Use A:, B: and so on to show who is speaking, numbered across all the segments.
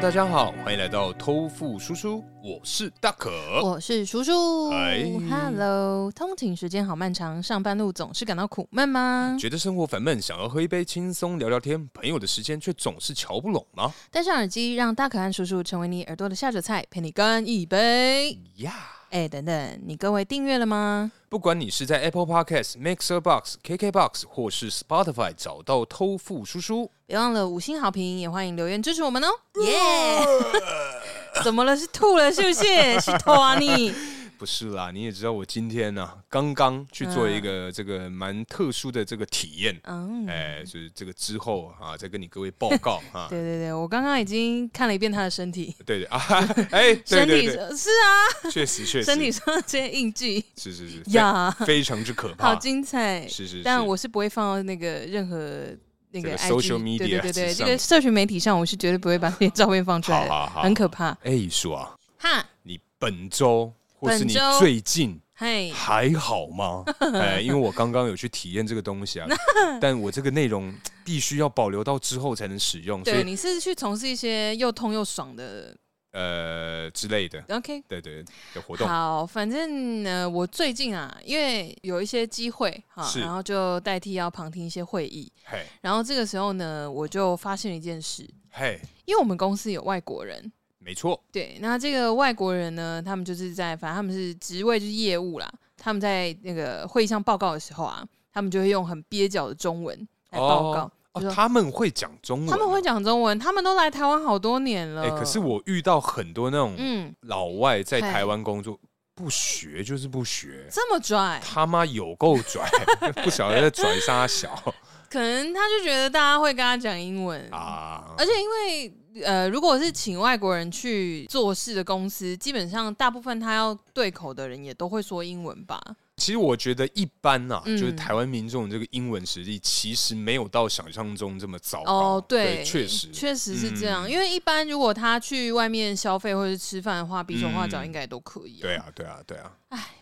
A: 大家好，欢迎来到偷富叔叔，我是大可。
B: 我是叔叔
A: 哦哎
B: ，Hello。通勤时间好漫长，上班路总是感到苦闷吗？
A: 觉得生活烦闷，想要喝一杯轻松聊聊天，朋友的时间却总是瞧不拢吗？
B: 戴上耳机，让大可汗叔叔成为你耳朵的下酒菜，陪你干一杯。
A: 嗯呀、
B: 哎，等等，你各位订阅了吗？
A: 不管你是在 Apple Podcast、Mixer Box、KK Box 或是 Spotify 找到偷富叔叔，
B: 别忘了五星好评，也欢迎留言支持我们哦。耶、 怎么了？是吐了是不是？是吐啊你？
A: 不是啦，你也知道我今天呢、刚刚去做一个这个蛮特殊的这个体验。
B: 嗯，
A: 哎，就是这个之后啊，再跟你各位报 告啊，
B: 对对对，我刚刚已经看了一遍他的身体，
A: 对对啊， 哎，对对
B: 身
A: 对，
B: 体是啊，
A: 确实确实，
B: 身体上的这些印记
A: 是是是，
B: 呀，
A: 非常之可怕。
B: 好精彩。
A: 是是是，
B: 但我是不会放到那个任何那
A: 这个
B: IG
A: social media
B: 对对
A: 之
B: 对对，这
A: 上
B: 个社群媒体上，我是绝对不会把这些照片放出来的，
A: 好好好
B: 很可怕。
A: 哎，你说啊，
B: 哈，
A: 你本周或是
B: 本
A: 你
B: 周
A: 最近
B: 嘿，
A: 还好 吗？哎，因为我刚刚有去体验这个东西啊，但我这个内容必须要保留到之后才能使用，所
B: 对，
A: 以
B: 你是去从事一些又痛又爽的
A: 呃之类的，
B: ，OK。
A: 对对的活动。
B: 好，反正呢，我最近啊，因为有一些机会哈，
A: 是
B: 然后就代替要旁听一些会议，
A: 嘿，
B: 然后这个时候呢，我就发现了一件事，
A: 嘿，
B: 因为我们公司有外国人，
A: 没错，
B: 对，那这个外国人呢，他们就是在，反正他们是职位就是业务啦，他们在那个会议上报告的时候啊，他们就会用很蹩脚的中文来报告，
A: 哦，
B: 就说
A: 他们会讲中文啊，
B: 他们会讲中文，他们都来台湾好多年了。
A: 哎，可是，我遇到很多那种
B: 嗯，
A: 老外在
B: 嘿
A: 台湾工作，不学就是不学，
B: 这么拽，
A: 他妈有够拽， 不晓得在拽啥小
B: 可能他就觉得大家会跟他讲英文，
A: 啊！
B: 而且因为呃，如果是请外国人去做事的公司，基本上大部分他要对口的人也都会说英文吧。
A: 其实我觉得一般呐、
B: 嗯
A: 就是台湾民众这个英文实力其实没有到想象中这么糟糕。
B: 哦，
A: 对，
B: 对，
A: 确实，
B: 确实是这样。
A: 嗯
B: 因为一般如果他去外面消费或者是吃饭的话，比手画脚应该也都可以、
A: 嗯对，啊，对啊，对啊，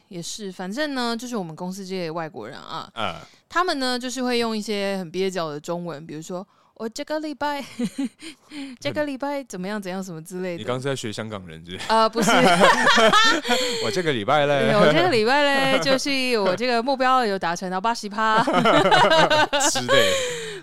B: 也是，反正呢，就是我们公司这些外国人啊，
A: 呃，
B: 他们呢就是会用一些很蹩脚的中文，比如说我这个礼拜，这个礼拜怎么样怎样什么之类
A: 你刚
B: 的。
A: 是在学香港人是不是？
B: 呃，不是，
A: 我这个礼拜嘞，
B: 我这个礼拜嘞，就是我这个目标有达成到八十趴，
A: 之类的，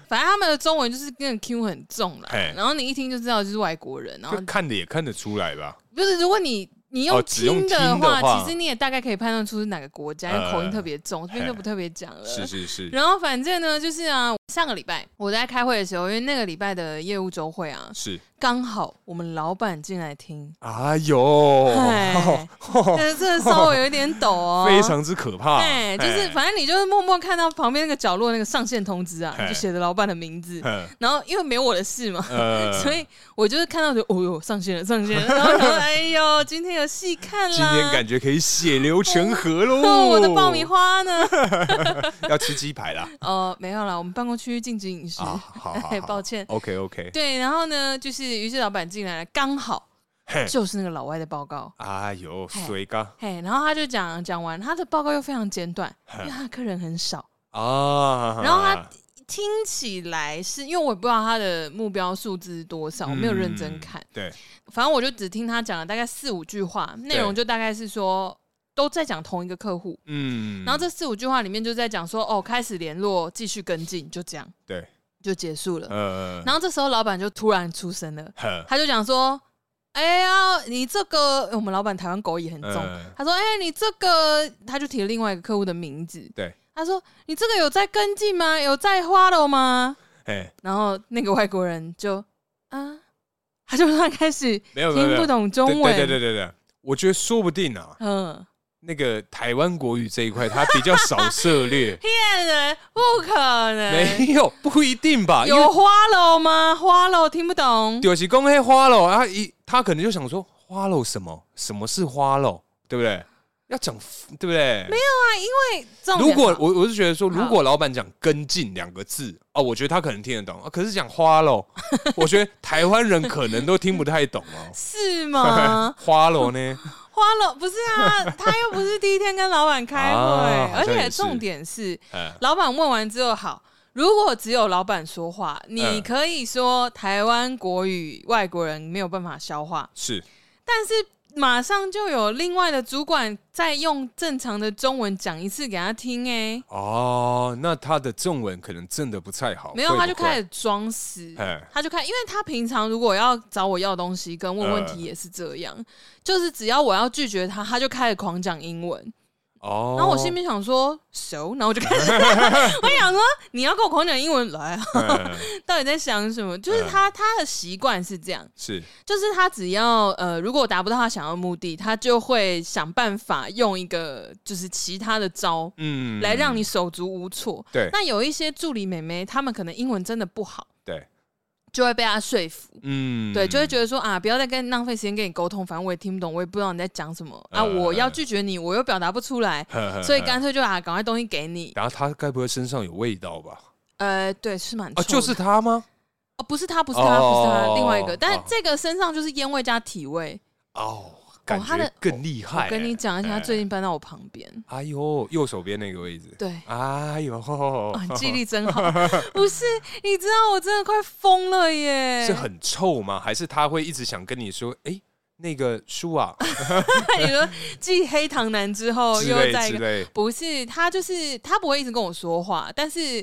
B: 反正他们的中文就是跟 Q 很重啦
A: 嘿，
B: 然后你一听就知道就是外国人， 然后
A: 这看的也看得出来吧？
B: 就是如果你你
A: 哦
B: 用
A: 只用
B: 听
A: 听的
B: 的话，
A: 话嗯
B: 其实你也大概可以判断出是哪个国家，因为口音特别重，这边就不特别讲了。
A: 是是是
B: 呃然后反正呢，就是啊，上个礼拜我在开会的时候，因为那个礼拜的业务周会啊，
A: 是，
B: 刚好我们老板进来听，
A: 哎呦，
B: 哎，这这稍微有一点抖 哦，
A: 哦非。常之可怕。
B: 哎，就是反正你就是默默看到旁边那个角落那个上线通知啊
A: 嘿，
B: 就写着老板的名字，
A: 嗯
B: 然后因为没有我的事嘛，
A: 呃
B: 所以我就是看到就，哦呦，上线了，上线了，然后想说，哎呦，今天有戏看啦，
A: 今天感觉可以血流成河喽、
B: 哦， 我的爆米 花呢？
A: 要吃鸡排啦！
B: 呃，没有啦，我们办公区禁止饮食，
A: 啊，好好
B: 哎
A: 好，
B: 抱歉。
A: OK OK，
B: 对，然后呢，就是于是老板进来了，刚好
A: 嘿
B: 就是那个老外的报告，
A: 哎呦，
B: 嘿
A: 水噶
B: 嘿，然后他就讲讲完，他的报告又非常简短，因为他的客人很少，
A: 啊！
B: 然后他听起来是因为我也不知道他的目标数字是多少，哦我没有认真
A: 嗯
B: 看，
A: 对，
B: 反正我就只听他讲了大概四五句话，内容就大概是说都在讲同一个客户，
A: 嗯，
B: 然后这四五句话里面就在讲说哦，开始联络，继续跟进，就这样
A: 对，
B: 就结束了。
A: 呃，
B: 然后这时候老板就突然出声了，
A: 呵
B: 他就讲说：“哎呀，你这个我们老板台湾狗也很重。
A: 嗯
B: 他说：“哎，你这个，他就提了另外一个客户的名字。
A: 对，
B: 他说：“你这个有在跟进吗？有在 follow 吗
A: 哎，？”
B: 然后那个外国人就啊，他就突然开始
A: 没有没有没
B: 听
A: 有
B: 不懂中文，
A: 对对对对对，我觉得说不定啊，
B: 嗯，
A: 那个台湾国语这一块他比较少涉 猎，
B: 骗人，不可能，
A: 没有不一定吧？因为
B: 有花楼吗？花楼听不懂，
A: 就是公黑花喽，他一他可能就想说花喽什么？什么是花喽？对不对？要讲对不对？没有。
B: 对，重点
A: 如果
B: 好
A: 我我是觉得说，
B: 好
A: 如果老板讲“跟进”两个字啊、我觉得他可能听得懂啊。可是讲“花喽”， 我觉得台湾人可能都听不太懂
B: 是
A: 哦？
B: 吗。
A: 花喽 呢？
B: 花了不是啊，他又不是第一天跟老板开会，
A: 啊好像
B: 而
A: 也
B: 且
A: 是
B: 重点是，
A: 呃，
B: 老板问完之后好。如果只有老板说话，
A: 嗯
B: 你可以说台湾国语外国人没有办法消化，
A: 是
B: 但是马上就有另外的主管再用正常的中文讲一次给他听、欸，
A: 哦，那他的正文可能正的不太好，
B: 没有，
A: 会
B: 他就
A: 不会
B: 开始装死
A: 哎，
B: 他就开，因为他平常如果要找我要东西跟问问
A: 嗯
B: 题也是这样，就是只要我要拒绝他，他就开始狂讲英文，
A: 哦，
B: 然后我心里面想说熟，然后我就开始， 我想说你要跟我狂讲英文来啊，
A: 嗯
B: 到底在想什么？就是他他的习惯是这样，
A: 是
B: 就是他只要呃如果达不到他想要的目的，他就会想办法用一个就是其他的招
A: 嗯
B: 来让你手足无措。
A: 对
B: 那有一些助理妹妹，她们可能英文真的不好，
A: 对
B: 就会被他说服。
A: 嗯
B: 对，就会觉得说啊，不要再跟浪费时间跟你沟通，反正我也听不懂，我也不知道你在讲什么啊，
A: 嗯
B: 我要
A: 嗯
B: 拒绝你，我又表达不出来，
A: 得
B: 所以干脆就啊，赶快东西给你。
A: 然后他该不会身上有味道吧？
B: 呃，对，是蛮臭
A: 啊，
B: 的
A: 就是他吗？
B: 哦，不是他，不是他，不是他，
A: 哦
B: 另外一个，但
A: 哦
B: 这个身上就是烟味加体味。
A: 哦，感
B: 他的
A: 觉更厉害欸。
B: 我跟你讲一下，他
A: 哎
B: 最近搬到我旁边，
A: 哎呦，右手边那个位置。
B: 对。
A: 哎呦，
B: 啊，你记忆力真好！不是，你知道我真的快疯了耶！
A: 是很臭吗？还是他会一直想跟你说，哎，那个叔啊
B: 你说继黑糖男之后
A: 之
B: 哦又
A: 类
B: 在一
A: 之
B: 个
A: 类，
B: 不是，他就是他不会一直跟我说话，但是因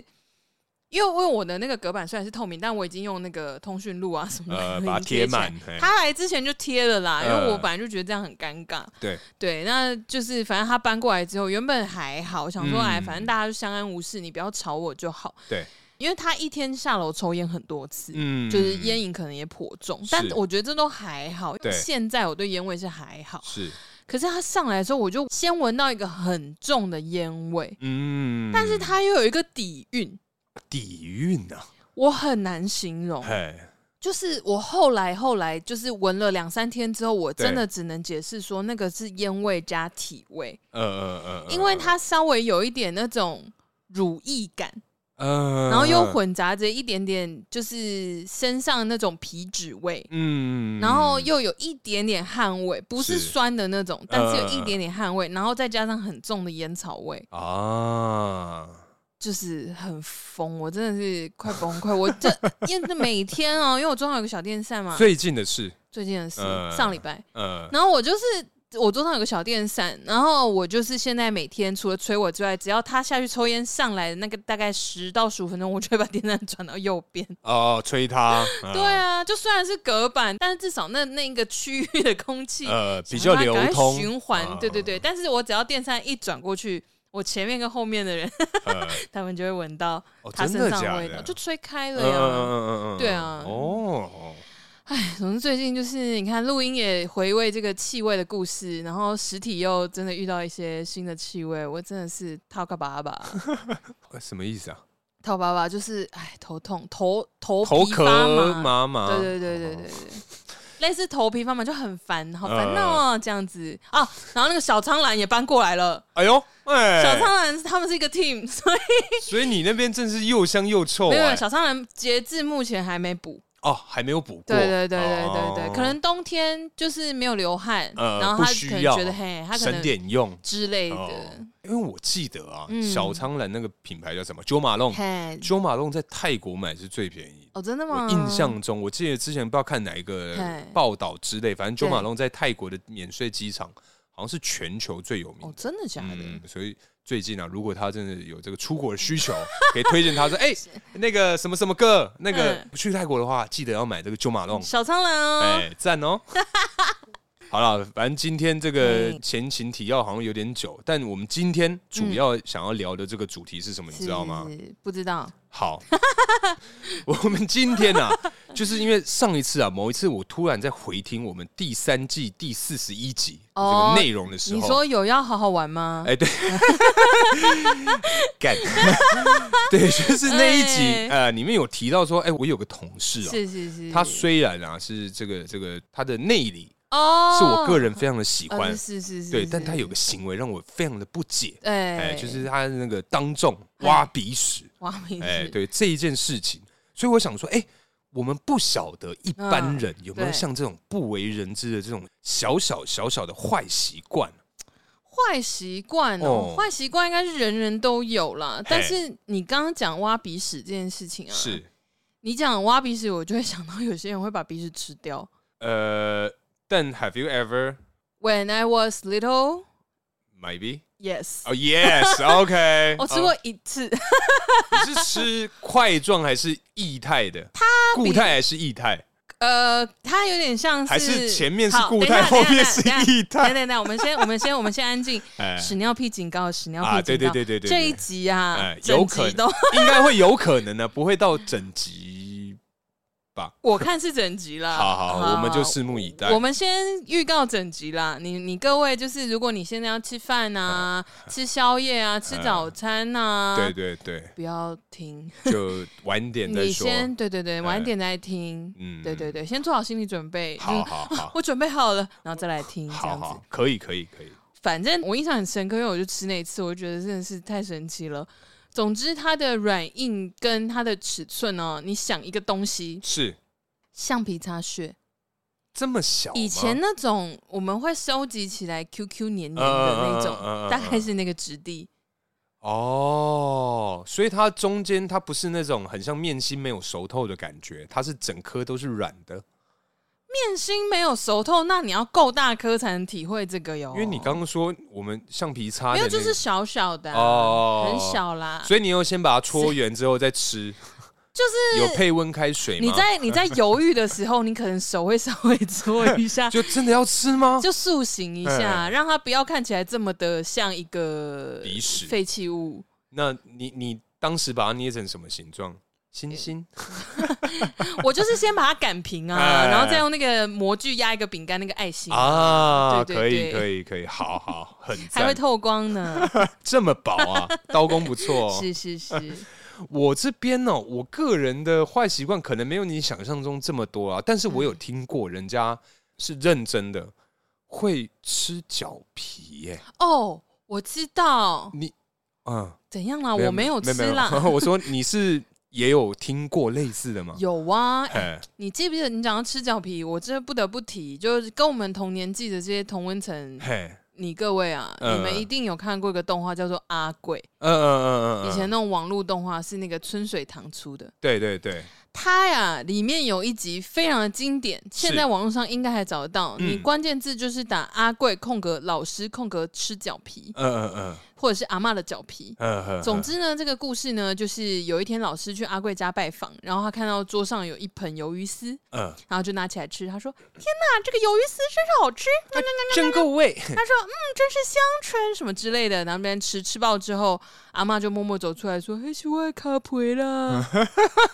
B: 为因为我的那个隔板虽然是透明，但我已经用那个通讯录啊什么的、
A: 呃，把它
B: 已经贴
A: 贴
B: 起来
A: 满。。哎
B: 他来之前就贴了啦，因为
A: 呃
B: 我本来就觉得这样很尴尬。
A: 对
B: 对，那就是反正他搬过来之后，原本还好，想说
A: 嗯
B: 哎、反正大家就相安无事，你不要吵我就好。
A: 对，
B: 因为他一天下楼抽烟很多次，
A: 嗯
B: 就是烟瘾可能也颇重，但
A: 是
B: 我觉得这都还好，因为
A: 对
B: 现在我对烟味是还好。
A: 是，
B: 可是他上来的时候，我就先闻到一个很重的烟味，
A: 嗯，
B: 但是他又有一个底蕴，
A: 底蕴啊，
B: 我很难形容。
A: 嘿，
B: 就是我后来后来就是闻了两三天之后，我
A: 对
B: 真的只能解释说那个是烟味加体味，
A: 呃呃呃，
B: 因为它稍微有一点那种乳液感，
A: 呃，
B: 然后又，混杂着一点点就是身上那种皮脂味。
A: 嗯，
B: 然后又有一点点汗味，不是
A: 是
B: 酸的那种，但是有
A: 嗯嗯
B: 一
A: 嗯
B: 点点汗味，然后再加上很重的烟草味，
A: 啊，
B: 就是很疯，我真的是快崩溃。我 这因为这每天哦、因为我桌上有个小电扇嘛，
A: 最近的事，
B: 最近的事，
A: 嗯
B: 上礼拜，
A: 呃，
B: 然后我就是我桌上有个小电扇，然后我就是现在每天除了吹我之外，只要他下去抽烟上来的那个大概十到十五分钟，我就会把电扇转到右边。
A: 哦，吹他，
B: 对啊，就虽然是隔板，但是至少那那一个区域的空气、
A: 呃，比较流
B: 赶快
A: 通，
B: 循环，对对
A: 啊，
B: 对。但是我只要电扇一转过去，我前面跟后面的人，
A: 呃
B: 他们就会闻到。
A: 哦
B: 他
A: 真
B: 身
A: 的
B: 上
A: 假
B: 味道，
A: 的
B: 就吹开
A: 嗯
B: 了
A: 嗯
B: 呀。
A: 嗯嗯嗯，
B: 对啊
A: 哦，
B: 总之最近就是你看录音也回味这个气味的故事，然后实体又真的遇到一些新的气味，我真的是套个粑粑，
A: 呃什么意思啊？
B: 套粑粑就是哎头痛头头
A: 头
B: 皮发
A: 壳
B: 麻，
A: 麻哦麻，
B: 对对对对对对。类似头皮发麻就很烦，好
A: 嗯
B: 烦恼啊，这样子啊。然后那个小苍兰也搬过来了，
A: 哎呦，哎，
B: 小苍兰他们是一个 team，所以
A: 所以你那边真是又香又臭
B: 没有
A: 哎！
B: 小苍兰截至目前还没补，
A: 哦，还没有补过。
B: 对对对对对对，
A: 哦
B: 可能冬天就是没有流汗，
A: 呃
B: 然后
A: 不
B: 他可
A: 需
B: 能
A: 要
B: 觉得嘿，他可
A: 省
B: 能
A: 点用
B: 之类的，
A: 哦。因为我记得啊
B: 嗯，
A: 小苍兰那个品牌叫什么？Jo Malone。
B: 嘿，
A: Jo Malone 在泰国买是最便宜的。
B: 哦，真的吗？
A: 我印象中，我记得之前不知道看哪一个
B: 嘿
A: 报道之类，反正 Jo
B: 对
A: Malone 在泰国的免税机场好像是全球最有名的。
B: 哦，真的假
A: 嗯
B: 的？，
A: 所以最近啊，如果他真的有这个出国的需求，可以推荐他说：“ 哎，那个什么什么哥，那个
B: 嗯
A: 去泰国的话，记得要买这个 Jo Malone。”
B: 小苍兰哦，
A: 哎，赞 哦！好了，反正今天这个
B: 嗯
A: 前情提要好像有点久，但我们今天主要想要聊的这个主题是什么，你
B: 是
A: 知道吗？？
B: 不知道，
A: 好， 我们今天啊，就是因为上一次啊，某一次我突然在回听我们第三季第四十一集这
B: 哦
A: 个内容的时
B: 你
A: 候，
B: 说有要好好玩吗？
A: 哎，对，干， 对，就是那一集
B: 哎
A: 呃，里面有提到说，哎，我有个同事啊，
B: 是是是，
A: 他虽然啊是这个这个他的内里。
B: 哦，
A: 是我个人非常的喜欢
B: 呃，是是是，
A: 对，
B: 是
A: 但他有个行为让我非常的不解，
B: 哎
A: 哎，就是他那个当众挖鼻屎，
B: 哇，名
A: 哎，
B: 字，
A: 对这一件事情，所以我想说，哎，我们不晓得一般人有没有
B: 嗯对
A: 像这种不为人知的这种小小小小的坏习惯，
B: 坏坏习惯哦
A: 哦，
B: 坏习惯应该是人人都有啦。
A: 嘿
B: 但是你刚刚讲挖鼻屎这件事情啊，
A: 是
B: 你讲挖鼻屎，我就会想到有些人会把鼻屎吃掉。
A: 呃，但 Have you ever
B: When I was little,
A: maybe？
B: yes，、
A: 哦、y e s o k
B: 哦我吃过一次，
A: 你是吃块状还是液态的？它固态还是液态？
B: 呃，它有点像是
A: 还是前面是
B: 好
A: 固
B: 等一下
A: 态，后面是
B: 等一下
A: 液
B: 等一下
A: 态？
B: 等一下，我们先，我 们先，我们先安静。
A: 哎，
B: 屎尿屁警告，屎尿屁警告。
A: 啊对对对对对对
B: 这一集啊
A: 哎，
B: 整
A: 有
B: 集
A: 可能
B: 都，
A: 应该会有可能呢，不会到整集吧？
B: 我看是整集啦。
A: 好好，我们就拭目以待。
B: 我们先预告整集啦，你你各位就是，如果你现在要吃饭啊、吃宵夜啊、吃早餐啊，
A: 哎对对对，
B: 不要听，
A: 就晚点再
B: 你
A: 说。
B: 先对对对，晚一
A: 哎
B: 点再听，
A: 嗯
B: 对对对，先做好心理准备，
A: 好
B: 就是
A: 好好，
B: 我准备好了，然后再来听这
A: 好
B: 样子
A: 好。，可以可以可以。
B: 反正我印象很深刻，因为我就吃那一次，我就觉得真的是太神奇了。总之，它的软硬跟它的尺寸哦，你想一个东西，
A: 是
B: 橡皮擦屑，
A: 这么小吗？
B: 以前那种我们会收集起来 QQ 黏黏的那种，
A: 嗯嗯嗯嗯嗯嗯
B: 大概是那个质地。
A: 哦，所以它中间它不是那种很像面心没有熟透的感觉，它是整颗都是软的。
B: 面心没有熟透，那你要够大颗才能体会这个哟。
A: 因为你刚刚说我们橡皮擦的
B: 哦没有
A: 那个，
B: 就是小小的啊、
A: 哦
B: 很小啦。
A: 所以你又先把它搓圆之后再 吃，就是有配温开水吗？
B: 你在 你在犹豫的时候，你可能手会稍微搓一下，
A: 就真的要吃吗？
B: 就塑形一下，让它不要看起来这么的像一个
A: 哎鼻屎
B: 废弃物。
A: 那你你当时把它捏成什么形状？
B: 呃
A: 星星？
B: 我就是先把它擀平啊，
A: 哎
B: 然后再用那个模具压一个饼干那个爱心，
A: 啊，
B: 对
A: 可
B: 对
A: 以
B: 对
A: 可以可以，好好，很
B: 还会
A: 赞，
B: 透光呢。
A: 这么薄啊，刀工不错、哦。
B: 是是是，
A: 我这边呢、我个人的坏习惯可能没有你想象中这么多啊，但是我
B: 嗯
A: 有听过人家是认真的会吃脚皮耶、
B: 哦，我知道
A: 你嗯，
B: 怎样啦，
A: 有
B: 啊我没有吃啦，
A: 没有 我说你是也有听过类似的吗？
B: 有啊。
A: 哎，
B: 你记不记得你讲到吃脚皮？我这不得不提，就是跟我们同年纪的这些同温层，
A: 嘿，
B: 你各位啊，
A: 嗯
B: 你们一定有看过一个动画叫做《阿贵
A: 嗯嗯嗯》，嗯，
B: 以
A: 嗯
B: 前那种网络动画是那个春水堂出的。
A: 对对对，
B: 它呀，里面有一集非常的经典，现在网络上应该还找得到。
A: 嗯
B: 你关键字就是打阿贵空格老师空格吃脚皮，
A: 嗯嗯嗯
B: 或者是阿嬷的脚皮。
A: 嗯嗯，
B: 总之呢，这个故事呢，就是有一天老师去阿贵家拜访，然后他看到桌上有一盆鱿鱼丝，
A: 嗯，
B: 然后就拿起来吃。他说：“天哪，这个鱿鱼丝真是好吃，
A: 真够味，
B: 嗯真是香醇什么之类的。”然后那边吃吃饱之后，阿嬷就默默走出来说：“嘿，是我的卡皮啦。”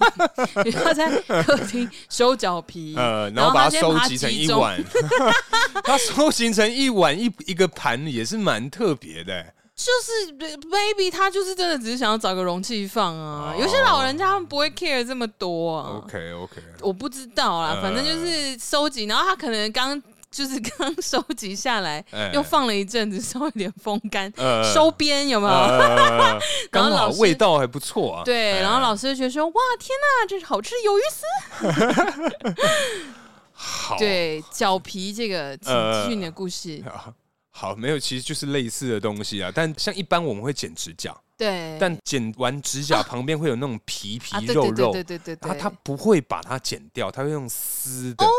B: 然后在客厅收脚皮，
A: 呃，然
B: 嗯然
A: 后
B: 后
A: 把它
B: 他先
A: 收
B: 把它
A: 集成
B: 集
A: 一
B: 中
A: 碗， 它收集成一碗一一个盘也是蛮特别的、
B: 就是呃 baby，他就是真的只是想要找个容器放啊。
A: 哦
B: 有些老人家他们不会 care 这么多啊。
A: OK OK，
B: 我不知道啦，
A: 呃
B: 反正就是收集，然后他可能刚就是 刚收集下来，
A: 哎
B: 又放了一阵子，稍微有点风干，
A: 呃
B: 收编有没有？
A: 呃，刚
B: 然后
A: 好
B: 老师
A: 味道还不错啊。
B: 对，
A: 哎
B: 然后老师就觉得说：“哇，天哪，这是好吃的鱿鱼丝。
A: 好”
B: 对，脚皮这个，请
A: 哦呃
B: 继续你的故事。
A: 啊好没有，其实就是类似的东西啊。但像一般我们会剪指甲，
B: 对，
A: 呃但剪完指 甲旁边会有那种皮皮
B: 啊，对
A: 肉
B: 对
A: 肉
B: 对对，对对
A: 然后
B: 对，
A: 他不会把它剪掉，他会用撕的。
B: 哦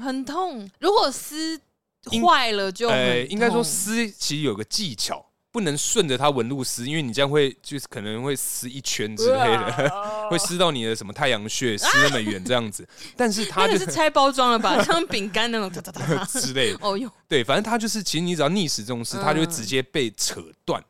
B: 很痛，如果撕
A: 应
B: 坏了就
A: 呃，
B: 很
A: 应该说
B: 痛
A: 撕其实有个技巧，不能顺着它纹路撕，因为你这样会就是可能会撕一圈之类的， 会撕到你的什么太阳穴，撕那么远这样子。但是它
B: 那
A: 就
B: 个是拆包装 了吧？像饼干那种，哒哒哒哒
A: 之类的，
B: 哦哟，
A: 对，反正它就是，其实你只要逆时钟撕，它就会
B: 嗯
A: 直接被扯断。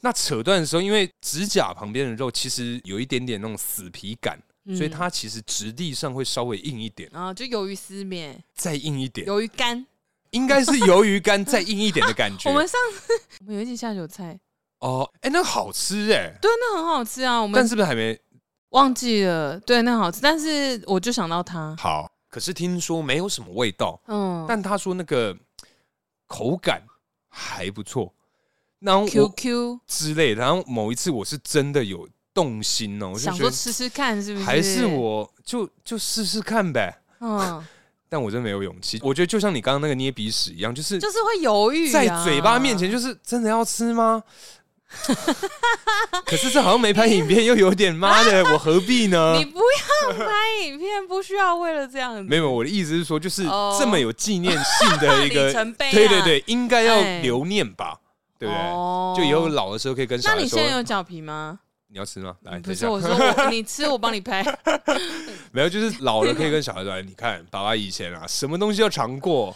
A: 那扯断的时候，因为指甲旁边的肉其实有一点点那种死皮感，
B: 嗯
A: 所以它其实质地上会稍微硬一点，
B: 然后就鱿鱼丝面、
A: 再硬一点，
B: 鱿鱼干。
A: 应该是鱿鱼干再硬一点 的感觉
B: 我。们上次我们有一集下酒菜，
A: 哦，哎、那个好吃哎、
B: 对，那很好吃啊。我
A: 但
B: 们
A: 是不是还没
B: 忘记了，对，那很好吃，但是我就想到它，
A: 好？可是听说没有什么味道，
B: 嗯，
A: 但他说那个口感还不错。然后我
B: QQ
A: 之类的，然后某一次我是真的有动心哦，我就
B: 想
A: 觉
B: 说
A: 得
B: 吃吃看是不是？
A: 还是，我就就试试看呗。
B: 嗯，
A: 但我真没有勇气。我觉得就像你刚刚那个捏鼻屎一样，就是
B: 就是会犹豫、啊，
A: 在嘴巴面前，就是真的要吃吗？ 可是这好像没拍影片，又有点妈的，我何必呢
B: 你？不要拍影片，不需要为了这样子。
A: 呃没有，我的意思是说，就是
B: 哦
A: 这么有纪念性的一 个
B: 里程碑 啊
A: 对对对，应该要
B: 哎
A: 留念吧，对不对？
B: 哦
A: 就以后老的时候可以跟小
B: 那
A: 孩
B: 你
A: 说
B: 现在，有脚皮吗？
A: 你要吃吗？来，等
B: 不
A: 一
B: 是，
A: 下，
B: 我说我你吃，我帮你拍。
A: 没有，就是老了可以跟小孩说，哎你看爸爸以前啊，什么东西要尝 过，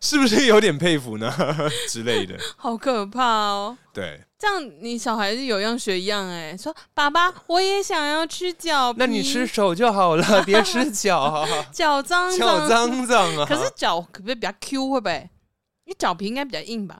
A: 是不是有点佩服呢 之类的？
B: 好可怕哦！
A: 对，
B: 这样你小孩是有样学样哎、说爸爸，我也想要吃脚皮，
A: 那你吃手就好了，别吃 脚，
B: 脚脏
A: 脚
B: 嗯脏，
A: 脏脏啊。
B: 可是脚可不可以比较 Q 会不会？因为脚皮应该比较 硬吧？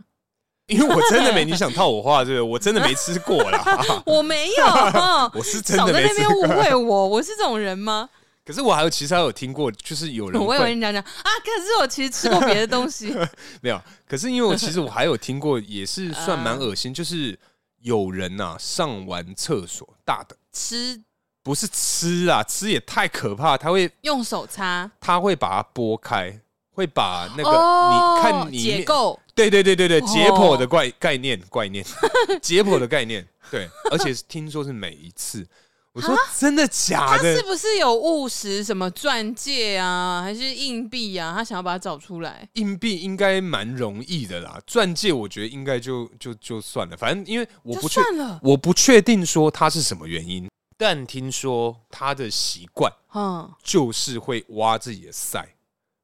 A: 因为我真的没你想套我话，对不对？我真的没吃过啦，
B: 我没有，哦
A: 我是真
B: 少
A: 的
B: 在
A: 没
B: 那
A: 吃
B: 边误
A: 过。
B: 会我， 我是这种人吗？
A: 可是我还有其实还有听过，就是有人
B: 我以为
A: 会
B: 你讲讲啊，可是我其实吃过别的 东西，
A: 没有， 可是因为我其实我还有听过，也是算蛮恶
B: 啊
A: 心，就是有人呐、上完厕所大的
B: 吃
A: 不是吃啊，吃也太可怕，他会
B: 用手擦
A: 他会把它剥开，会把那个、
B: 哦
A: 你看你
B: 解
A: 面
B: 构
A: 对对对对对，
B: 哦
A: 解剖的概概念 概念，解剖的概念，对，而且是听说是每一次，我
B: 啊
A: 说真的假
B: 他
A: 的？
B: 是不是有误食什么钻戒啊，还是硬币啊？他想要把它找出来。
A: 硬币应该蛮容易的啦，钻戒我觉得应该就就就算了，反正因为我
B: 就
A: 不确
B: 算了，
A: 我不确定说它是什么原因，但听说他的习惯
B: 嗯，
A: 就是会挖自己的腮，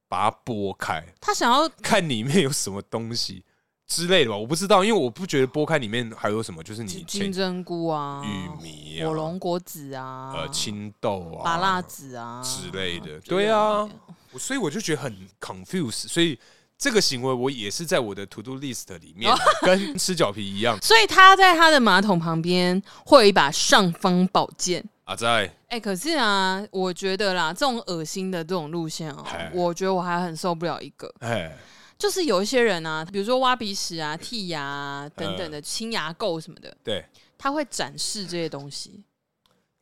A: 把它剥开，
B: 他想要
A: 看里面有什么东西之类的吧，我不知道，因为我不觉得剥开里面还有什么，就是你
B: 金
A: 前
B: 金针菇啊，
A: 玉米啊
B: 火，龙果籽啊，
A: 呃，青豆啊，
B: 拔辣子啊
A: 之类的，
B: 这
A: 对
B: 样
A: 啊，我所以我就觉得很 confuse，所以这个行为我也是在我的 to do list 里
B: 哦
A: 面，跟吃脚皮一样
B: 所以他在他的马桶旁边会有一把尚方宝剑。
A: 啊，在
B: 哎、可是啊，我觉得啦，这种恶心的这种路线哦、
A: 嘿
B: 我觉得我还很受不了一个，
A: 哎
B: 就是有一些人啊，比如说挖鼻屎啊、剔牙、
A: 呃
B: 啊、等等的清牙垢什么的，
A: 对
B: 他会展示这些东西，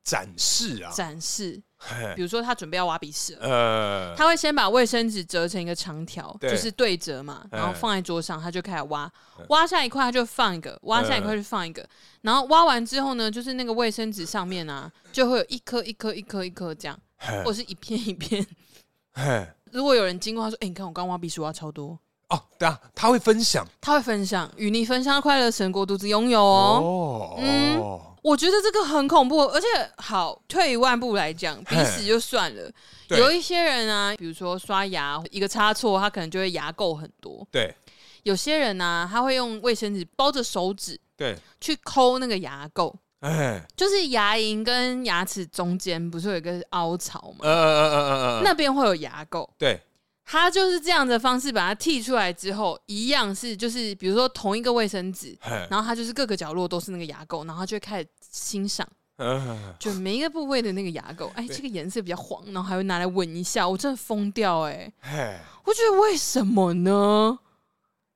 A: 展示啊，
B: 展示，
A: 嘿
B: 比如说他准备要挖鼻屎了。
A: 呃，
B: 他会先把卫生纸折成一个长条，
A: 对
B: 就是对折嘛，
A: 嗯
B: 然后放在桌上，他就开始挖，挖下一块他就放一个，挖下一
A: 嗯
B: 块就放一个，然后挖完之后呢，就是那个卫生纸上面啊，就会有一颗一颗一颗一颗这样，
A: 嘿
B: 或者是一片一片。
A: 嘿
B: 如果有人经过，他说：“哎、你看我刚挖鼻屎挖超多。
A: 哦，对啊，他会分享”
B: 他会分享，与你分享快乐，神国独自拥有哦。
A: 哦，
B: 嗯
A: 哦
B: 我觉得这个很恐怖，而且好退一万步来讲，
A: 嘿
B: 鼻屎就算了，
A: 对
B: 有一些人啊，比如说刷牙一个差错，他可能就会牙垢很多。
A: 对
B: 有些人呢、他会用卫生纸包着手指
A: 对，
B: 去抠那个牙垢，
A: 哎，
B: 就是牙龈跟牙齿中间不是有一个凹槽吗？
A: 呃呃呃呃呃，
B: 那边会有牙垢，
A: 对
B: 他就是这样的方式把它剔出来之后，一样是就是比如说同一个卫生纸，
A: 嘿
B: 然后他就是各个角落都是那个牙垢，然后他就会开始 欣赏。
A: 呃
B: 就每一个部位的那个牙垢，哎，
A: 对
B: 这个颜色比较黄，然后还会拿来闻一下，我真的疯掉哎、
A: 嘿。
B: 我觉得为什么呢？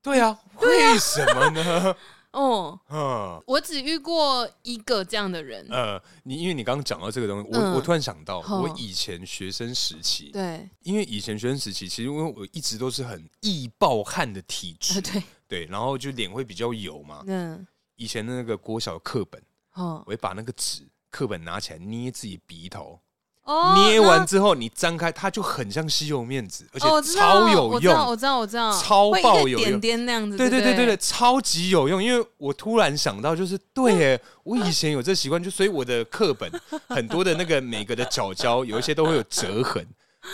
A: 对啊，为什么呢？
B: 哦，
A: 嗯
B: 我只遇过一个这样的人，
A: 呃，你因为你刚刚讲到这个东西，我、
B: 嗯
A: 我突然想到，
B: 好
A: 我以前学生时期，
B: 对，
A: 因为以前学生时期，其实因为我一直都是很易暴汗的体质，
B: 呃，对，
A: 对，然后就脸会比较油嘛。
B: 嗯，
A: 以前的那个国小课本，
B: 哦，
A: 我会把那个纸课本拿起来捏自己鼻头，
B: 哦
A: 捏完
B: 那
A: 之后你张开，它就很像吸油面纸，而
B: 哦我
A: 且
B: 知道
A: 超有
B: 我知道
A: 用。
B: 我知道，我知道，
A: 超
B: 会一
A: 爆
B: 个
A: 有用
B: 点点那样子，
A: 对
B: 对
A: 对对对对，
B: 对，
A: 超级有用，因为我突然想到，就是对
B: 嗯
A: 耶，我以前有这习惯，就所以我的课本很多的那个每个的角角有一些都会有折痕，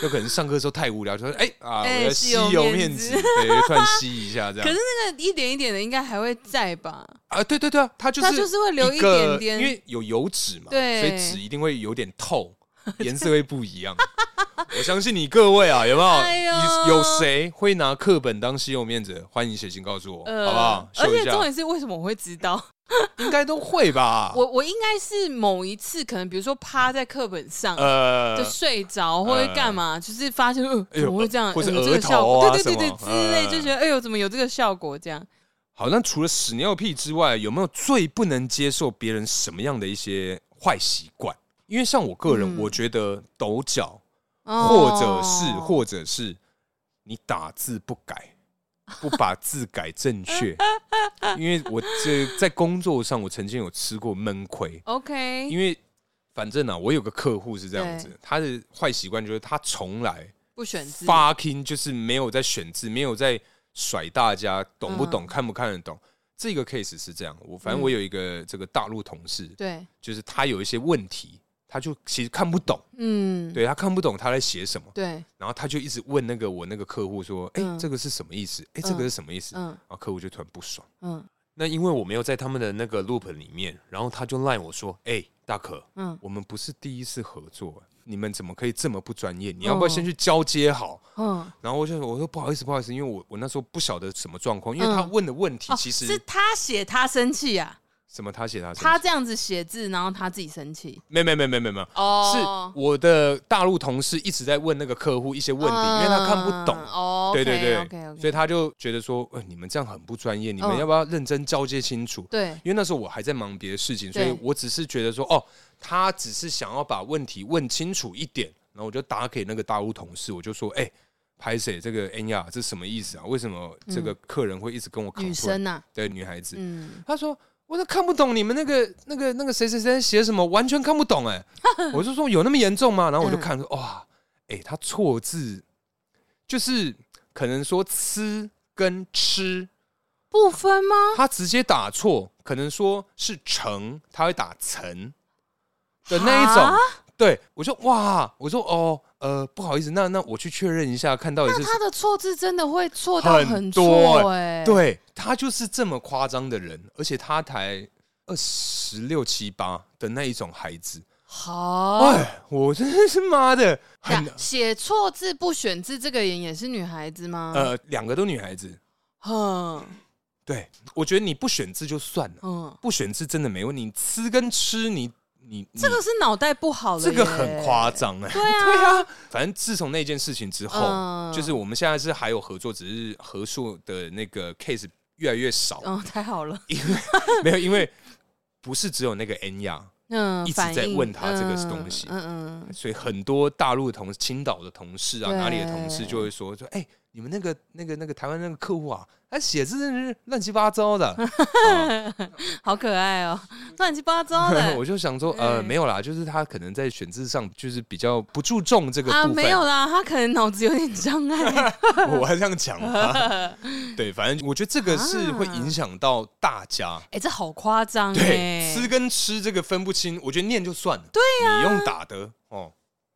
A: 有可能上课的时候太无聊，就说哎啊，
B: 哎
A: 我要
B: 吸
A: 吸
B: 油
A: 油
B: 面
A: 面纸，
B: 纸
A: 对，突 然吸一下这
B: 可
A: 样
B: 是那个一点一点的应该还会在吧？
A: 啊，对对对啊，它就
B: 它
A: 是
B: 就是会留
A: 一
B: 一
A: 个
B: 点点，
A: 因为有油脂嘛，所
B: 对
A: 以纸一定会有点透， 颜色会不一样。我相信你各位啊，有没
B: 哎呦
A: 有？有有谁会拿课本当吸油面纸？欢迎写信告诉我，好不好？
B: 呃而
A: 秀一
B: 且
A: 下
B: 重点是为什么我会知道？
A: 应该都会吧？
B: 我我应该是某一次可能，比如说趴在课本上。
A: 呃
B: 就睡着或者干嘛，就是发现，呃，
A: 哎呦
B: 怎么会这样？
A: 或是
B: 有这个
A: 额头啊
B: 效果，
A: 什
B: 对对
A: 么
B: 对对，之类
A: 嗯
B: 就觉得，哎呦，怎么有这个效果？这样，
A: 好，那除了屎尿屁之外，有没有最不能接受别人什么样的一些坏习惯？因为像我个人，
B: 嗯
A: 我觉得抖脚
B: 哦
A: 或者是或者是你打字不改，不把字改正 确。因为我这在工作上，我曾经有吃过闷亏，
B: OK，
A: 因为反正啊，我有个客户是这样子
B: 对，
A: 他的坏习惯就是他从来
B: 不选字，
A: fucking 就是没有在选字，没有在甩大家，懂不懂，看不看得懂。这个 case 是这样，我反正
B: 嗯
A: 我有一个这个大陆同事，
B: 对，
A: 就是他有一些问题，他就其实看不懂，
B: 嗯，
A: 对他看不懂他在写什么，
B: 对，
A: 然后他就一直问那个我那个客户说，哎、
B: 嗯
A: 这个是什么意思？哎、这个是什么意思？
B: 嗯
A: 然后客户就突然不爽，
B: 嗯
C: 那因为我没有在他们的那个 loop 里面，然后他就赖我说：“哎、大可，
B: 嗯，
A: 我们不是第一次合作，你们怎么可以这么不专业？你要不要
B: 哦
A: 先去交接好？
B: 嗯，
A: 然后我就我说不好意思，不好意思，因为我我那时候不晓得什么状况，因为他
B: 嗯
A: 问的问题
B: 哦
A: 其
B: 是
A: 实
B: 他写他生气啊，
A: 什么他写他
B: 他
A: 他
B: 这样子写字，然后他自己生气
A: 没没没没没没，
B: 哦
A: 是，我的大陆同事一直在问那个客户一些问题，因为他看不懂。
B: 哦，
A: 对对对
B: o k o k
A: 所以他就觉得说，呃，你们这样很不专业，你们
B: 嗯
A: 要不要认真交接清楚？
B: 对
A: 因为那时候我还在忙别的事情，所
B: 对
A: 以我只是觉得说，哦，他只是想要把问题问清楚一点，然后我就打给那个大陆同事，我就说，哎、拍谁这个恩雅这什么意思啊？为什么这个客人会一直跟我 complain？
B: 嗯女生啊呐、
A: 对女孩子，
B: 嗯，
A: 他说。我都看不懂你们那个、那个、那个谁谁谁写什么，完全看不懂哎、 我就说有那么严重吗？然
B: 嗯
A: 后我就看说哇，哎、他错字就是可能说“吃”跟“吃”，
B: 不分吗？
A: 他直接打错，可能说是成，他会打成的那一种
B: 啊。
A: 对，我说哇，我说哦，呃，不好意思，那那我去确认一下，看到底是
B: 那
A: 什
B: 他的错字真的会错到
A: 很多欸
B: 错哎、
A: 对他就是这么夸张的人，而且他才二十六七八的那一种孩子，
B: 好，
A: 哎，我真的是妈的，
B: 呀
A: 很
B: 写错字不选字，这个人也是女孩子吗？
A: 呃，两个都女孩子，
B: 哼，
A: 对我觉得你不选字就算了，
B: 嗯，
A: 不选字真的没问题，你吃跟吃你你你
B: 这个是脑袋不好了，
A: 这个很夸。张哎，
B: 对啊，
A: 反正自从那件事情之后，
B: 嗯
A: 就是我们现在是还有合作，只是合作的那个 case 越来越少，
B: 嗯，太好了，
A: 没有，因为 不是只有那个 N 亚，
B: 嗯，
A: 一直在问他这个东西
B: 反应嗯嗯嗯，
A: 所以很多大陆的同事、青岛的同事啊，
B: 对
A: 哪里的同事就会说说，哎、你们那个那个那个台湾那个客户啊，他写字真的是乱七八糟的。啊
B: 好可爱哦，乱七八糟 的
A: 我就想说，呃，
B: 嗯
A: 没有啦，就是他可能在选字上就是比较不注重这个
B: 啊，
A: 部分。
B: 没有啦，他可能脑子有点障 碍，
A: 我还这样讲吗？ 对，反正我觉得这个是会影响到大家。
B: 哎，这好夸张
A: 对，
B: 哎，
A: 吃跟吃这个分不清，我觉得念就算了。对
B: 啊
A: 呀、你用打的哦，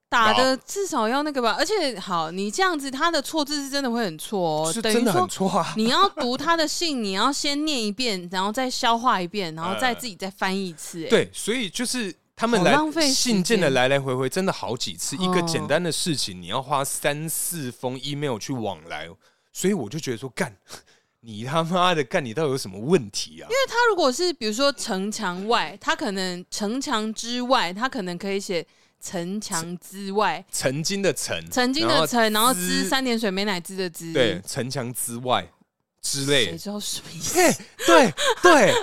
B: 打的至少要那个吧，而且好，你这样子他的错字是真的会很错哦，
A: 是
B: 等于
A: 真的
B: 说
A: 很错 啊。
B: 你要读他的信，你要先念一遍，然后再消化一遍，然后再自己再翻译一次。哎，
A: 呃对，所以就是他们来
B: 好浪费时间
A: 信件的来来回回，真的好几次。
B: 哦
A: 一个简单的事情，你要花三四封 email 去往来，所以我就觉得说，干 你他妈的干，你到底有什么问题啊？
B: 那他如果是比如说城墙外，他可能城墙之外，他可能可以写城墙之外，
A: 曾经的曾，
B: 曾经的曾，然后之
A: 嗯之
B: 三点水没奶汁的汁，
A: 对，城墙之外之类
B: 谁知道什么意思？
A: 嘿，哎对对。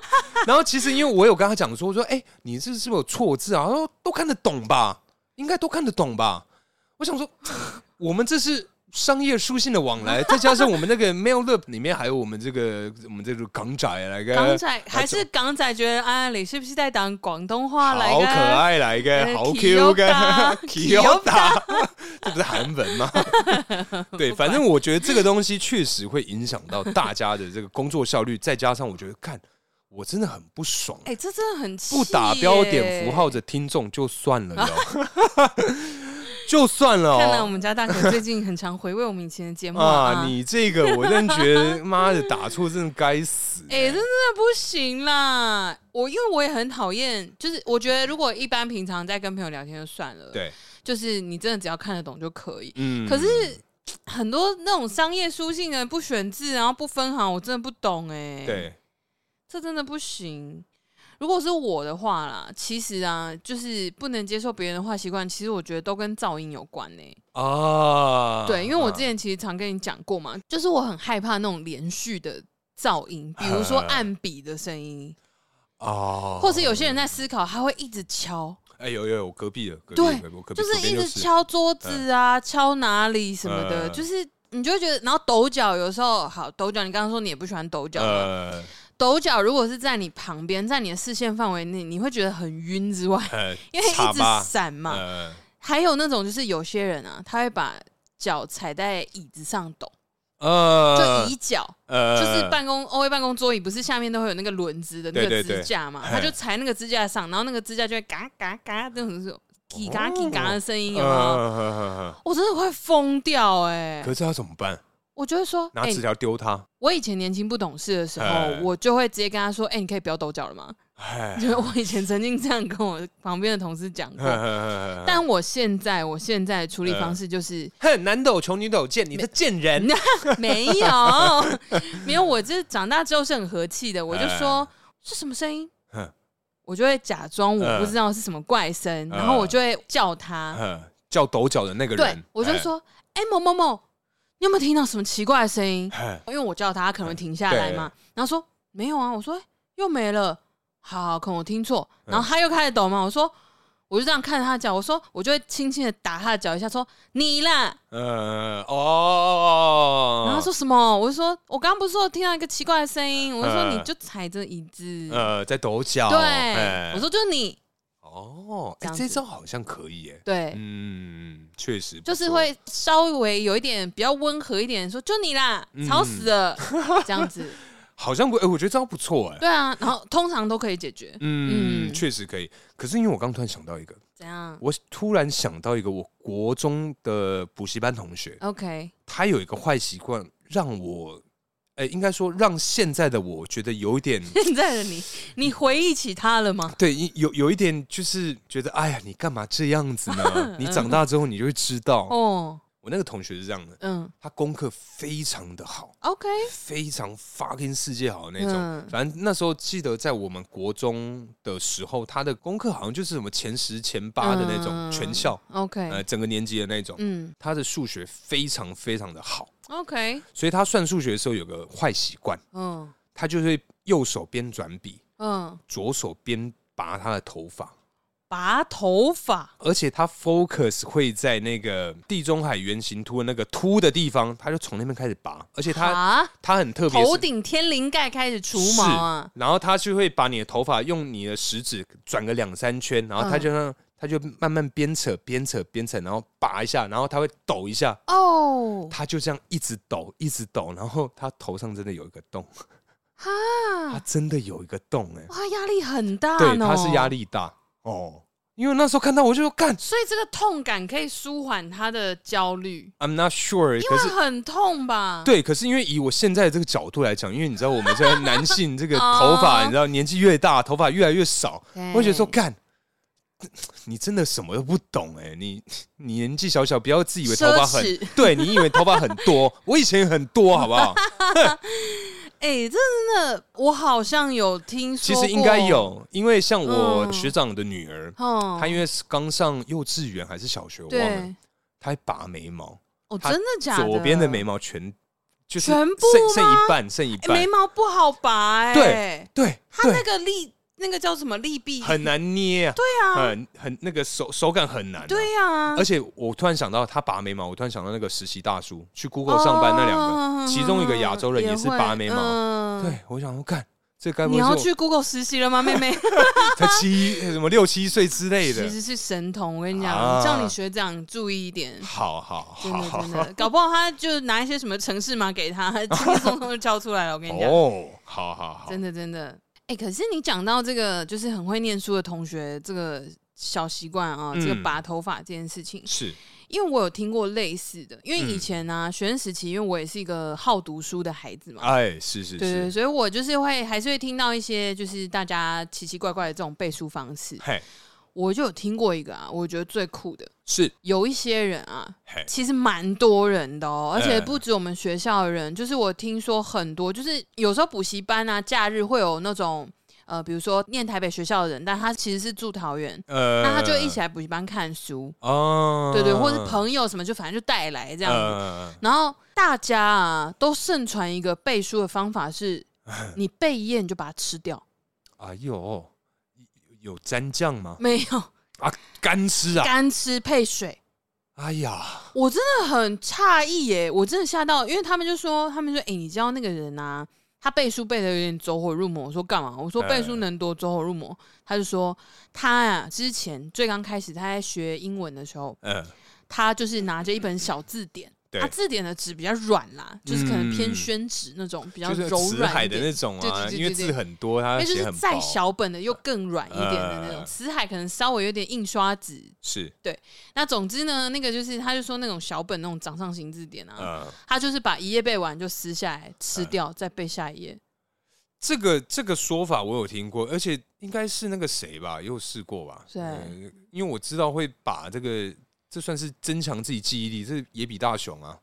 A: 然后其实因为我有跟他讲说，我说哎、你这是不是有错字啊？他说都看得懂吧，应该都看得懂吧。我想说，我们这是商业书信的往来，再加上我们那个 mail loop 里面还有我们这个我们这个港仔来个
B: 港仔还是港仔觉得啊，你是不是在讲广东话来
A: 好
B: 的？
A: 可爱来个
B: 呃
A: 好 Q 个
B: Kyoga，
A: Kyoga，这 不是韩文 吗？对，反正我觉得这个东西确实会影响到大家的这个工作效率，再加上我觉得看我真的很不爽，
B: 哎，这真的很气
A: 不打标点符号
B: 耶。
A: 的听众就算了哟， 就算了
B: 看来我
A: 哦。
B: 们家大可最近很常回味我们以前的节目
A: 啊，
B: 啊
A: 你这个我真觉得，妈的，打错真的该死。
B: 哎、这真的不行啦！我因为我也很讨厌，就是我觉得如果一般平常在跟朋友聊天就算了，，
A: 对，
B: 就是你真的只要看得懂就可以。
A: 嗯
B: 可是很多那种商业书信的不选字，然后不分行，我真的不懂哎、，
A: 嗯对，
B: 这真的不行。如果是我的话啦，其实啊，就是不能接受别人的坏习惯，其实我觉得都跟噪音有关呢、
A: 啊，
B: 对，因为我之
A: 啊
B: 前其实常跟你讲过嘛，就是我很害怕那种连续的噪音，比如说
A: 呃
B: 按笔的声音。
A: 哦，
B: 或是有些人在思考，他会一直敲，
A: 哎、有有有，我隔壁的，隔壁
B: 对
A: 隔壁我隔壁
B: 就
A: 左
B: 是
A: 边
B: 一直
A: 是
B: 敲桌子啊，敲哪里什么的，
A: 嗯
B: 就是你就会觉得，然后抖脚有时候好抖脚，你刚刚说你也不喜欢抖脚嘛，
A: 呃
B: 抖脚如果是在你旁边，在你的视线范围内，你会觉得很晕之外，
A: 呃，
B: 因为
A: 叉
B: 一直
A: 吧
B: 闪嘛，
A: 呃，
B: 还有那种就是有些人啊，他会把脚踩在椅子上抖，
A: 呃
B: 就椅脚，
A: 呃
B: 就是办公 O A 办公桌椅，不是下面都会有那个轮子的那
A: 对
B: 个
A: 对对
B: 支架嘛？
A: 嘿
B: 他就踩那个支架上，然后那个支架就会嘎嘎嘎那种是叽嘎叽嘎的声音，有没有？
A: 哦呃，
B: 我真的会疯掉哎、
A: 可是他怎么办？
B: 我就会说，
A: 拿
B: 哎
A: 纸条丢他？
B: 我以前年轻不懂事的时候
A: 哎，
B: 我就会直接跟他说，哎、你可以不要抖脚了吗？
A: 哎，
B: 就是我以前曾经这样跟我旁边的同事讲过。
A: 但
B: 但我现在，我现在的处理方式就是
A: 哼，男抖穷，女抖贱，你这贱人！
B: 没有，没有。我这长大之后是很和气的，我就说是什么声音
A: 嗯，
B: 我就会假装我不知道是什么怪声，然后我就会叫他，
A: 呃叫抖脚的那个
B: 对
A: 人，
B: 我就会，说，哎，某某某，你有没有听到什么奇怪的声音？
A: 哎
B: 因为我叫他，他可能会停下来嘛。然后说没有啊，我说又没了，好，可能我听错。然后他又开始抖嘛，我说。我就这样看着他的脚，我说我就会轻轻的打他的脚一下，说你啦，
A: 呃，哦，
B: 然后他说什么？我就说，我刚刚不是说听到一个奇怪的声音，我就说
A: 嗯
B: 你就踩着椅子，
A: 呃，在抖脚，
B: 对
A: 哎，
B: 我说就是你，
A: 哦，
B: 这
A: 哎，
B: 样
A: 这
B: 子
A: 招好像可以，哎，
B: 对，
A: 嗯，确实不
B: 就是
A: 错，
B: 会稍微有一点比较温和一点，说就你啦，
A: 嗯
B: 吵 死了，这样子，
A: 好像不，哎，我觉得这招不错，哎，
B: 对啊，然后通常都可以解决，
A: 嗯，
B: 嗯
A: 确实可以。可是因为我刚突然想到一个，
B: 怎样
A: 我突然想到一个，我国中的补习班同学，
B: ？OK，
A: 他有一个坏习惯，让我，哎、应该说让现在的我觉得有一 点，
B: 现在的你，你回忆起他了吗？
A: 对，有有一点就是觉得，哎呀，你干嘛这样子 呢？你长大之后你就会知道，
B: 哦，
A: 我那个同学是这样的，
B: 嗯
A: 他功课非常的好，
B: ，OK，
A: 非常 fucking 世界好的那种。
B: 嗯
A: 反正那时候记得在我们国中的时候，他的功课好像就是什么前十、前八的那种，
B: 嗯
A: 全校呃
B: ，OK，
A: 整个年级的那种。
B: 嗯
A: 他的数学非常非常的好，
B: ，OK，
A: 所以他算数学的时候有个坏习惯，
B: 嗯
A: 他就会右手边转笔，
B: 嗯，
A: 左手边拔他的头发，
B: 拔头发，
A: 而且他 focus 会在那个地中海圆形凸的那个凸的地方，他就从那边开始拔，而且他
B: 啊，
A: 他很特别，
B: 头顶天灵盖开始除毛啊，
A: 然后他就会把你的头发用你的食指转个两三圈，然后他就
B: 嗯
A: 让、他就慢慢边扯边扯边扯，然后拔一下，然后他会抖一下，
B: 哦，
A: 他就这样一直抖一直抖，然后他头上真的有一个洞，他
B: 哈，
A: 真的有一个洞哎、
B: 哇，压力很啊大
A: 对，
B: 呢。
A: 他是压，力大哦，因为那时候看到我就说干
B: 所以这个痛感可以舒缓他的焦虑，
A: ，I'm not sure，可
B: 会
A: 是。
B: 很痛吧？，
A: 对，可是因为以我现在这个角度来讲，因为你知道我们现在男性这个头发，
B: 哦
A: 你知道年纪越大，头发越来越少，
B: 哎
A: 我会觉得说，
B: 对
A: 干，你真的什么都不懂哎、你你年纪小小，不要自以为头
B: 奢
A: 发很
B: 侈，
A: 对你以为头发很 多，我以前也很多，好不好？
B: 哎、这真的，我好像有听
A: 其
B: 说，
A: 实应该，有，因为像我
B: 嗯
A: 学长的女儿，
B: 嗯
A: 她因为是刚上幼稚园还是小学，我忘了，
B: 对，
A: 她还拔眉毛，
B: 哦，
A: 她
B: 真的假的？
A: 左边的眉毛全就是
B: 全部
A: 剩剩
B: 吗
A: 一半，剩一
B: 哎、
A: 半
B: 眉，毛不好拔、哎，
A: 对，对
B: 他那
A: 对，
B: 个利，那个叫什么利弊？
A: 很难捏啊，
B: 对啊，
A: 很很那个手手感很难啊，
B: 对啊，
A: 而且我突然想到，他拔眉毛，我突然想到那个实习大叔去 Google 上班那两个，
B: 哦
A: 其中一个亚洲人也是拔眉毛。
B: 嗯、
A: 对，我想说，看这哎该不
B: 你
A: 会
B: 要
A: 是
B: 去 Google 实习 了吗，妹妹？
A: 我才七呃什么六七岁之类
B: 其
A: 的？
B: 实是神童，我跟你讲，
A: 啊
B: 叫你学长注意一点。
A: 好好
B: 真
A: 好
B: 的
A: 好
B: 真的，搞不好他就拿一些什么城市码给他，轻轻松松就敲出来了。我跟你 讲，
A: 哦，好好好，
B: 真的真的。哎、可是你讲到这个，就是很会念书的同学这个小习惯啊，
A: 嗯
B: 这个拔头发这件事情，
A: 是
B: 因为我有听过类似的，因为
A: 嗯
B: 以前呢、啊，学生时期，因为我也是一个好读书的孩子嘛，
A: 哎，是是
B: 对对，
A: 是，
B: 所以我就是会还是会听到一些就是大家奇奇怪怪的这种背书方式。
A: 嘿
B: 我就有听过一个啊，我觉得最酷的，
A: 是
B: 有一些人啊，
A: 嘿
B: 其实蛮多人的哦，而且
A: 嗯
B: 不止我们学校的人，就是我听说很多，就是有时候补习班啊，假日会有那种呃，比如说念台北学校的人，但他其实是住桃园，
A: 呃，
B: 那他就一起来补习班看书，
A: 哦，
B: 对对，或是朋友什么，就反正就带来这样子。
A: 呃
B: 然后大家啊都盛传一个背书的方法是，你背一页你就把它吃掉，
A: 哎呦，有沾酱吗？
B: 没有。
A: 啊，干吃啊！
B: 干吃配水，
A: 哎呀，
B: 我真的很诧异耶，我真的吓到，因为他们就说，他们说，哎、你知道那个人啊，他背书背的有点走火入魔。我说干嘛？我说
A: 哎
B: 背书能多走火入魔？他就说他呀、之前最刚开始他在学英文的时候，
A: 嗯，
B: 他就是拿着一本小字典。
A: 对
B: 他字典的纸比较软啦，就是可
A: 嗯
B: 能偏宣纸那种，比较
A: 就是
B: 柔
A: 辞
B: 软
A: 海
B: 一
A: 的
B: 点
A: 那种
B: 对对
A: 啊，
B: 对对
A: 因为字很多，他
B: 因为就
A: 写
B: 是
A: 很
B: 再
A: 薄，
B: 小本的又更软一点的那种，
A: 呃
B: 辞海可能稍微有点印刷纸。
A: 是
B: 那总之呢，那个就是他就说那种小本那种掌上型字典啊，
A: 呃，
B: 他就是把一页背完就撕下来吃
A: 哎
B: 掉，再背下一 页。
A: 这个这个说法我有听过，而且应该是那个谁吧，也有试过吧？
B: 对
A: 呃因为我知道会把这个，这算是增强自己记忆力，这也比大雄啊，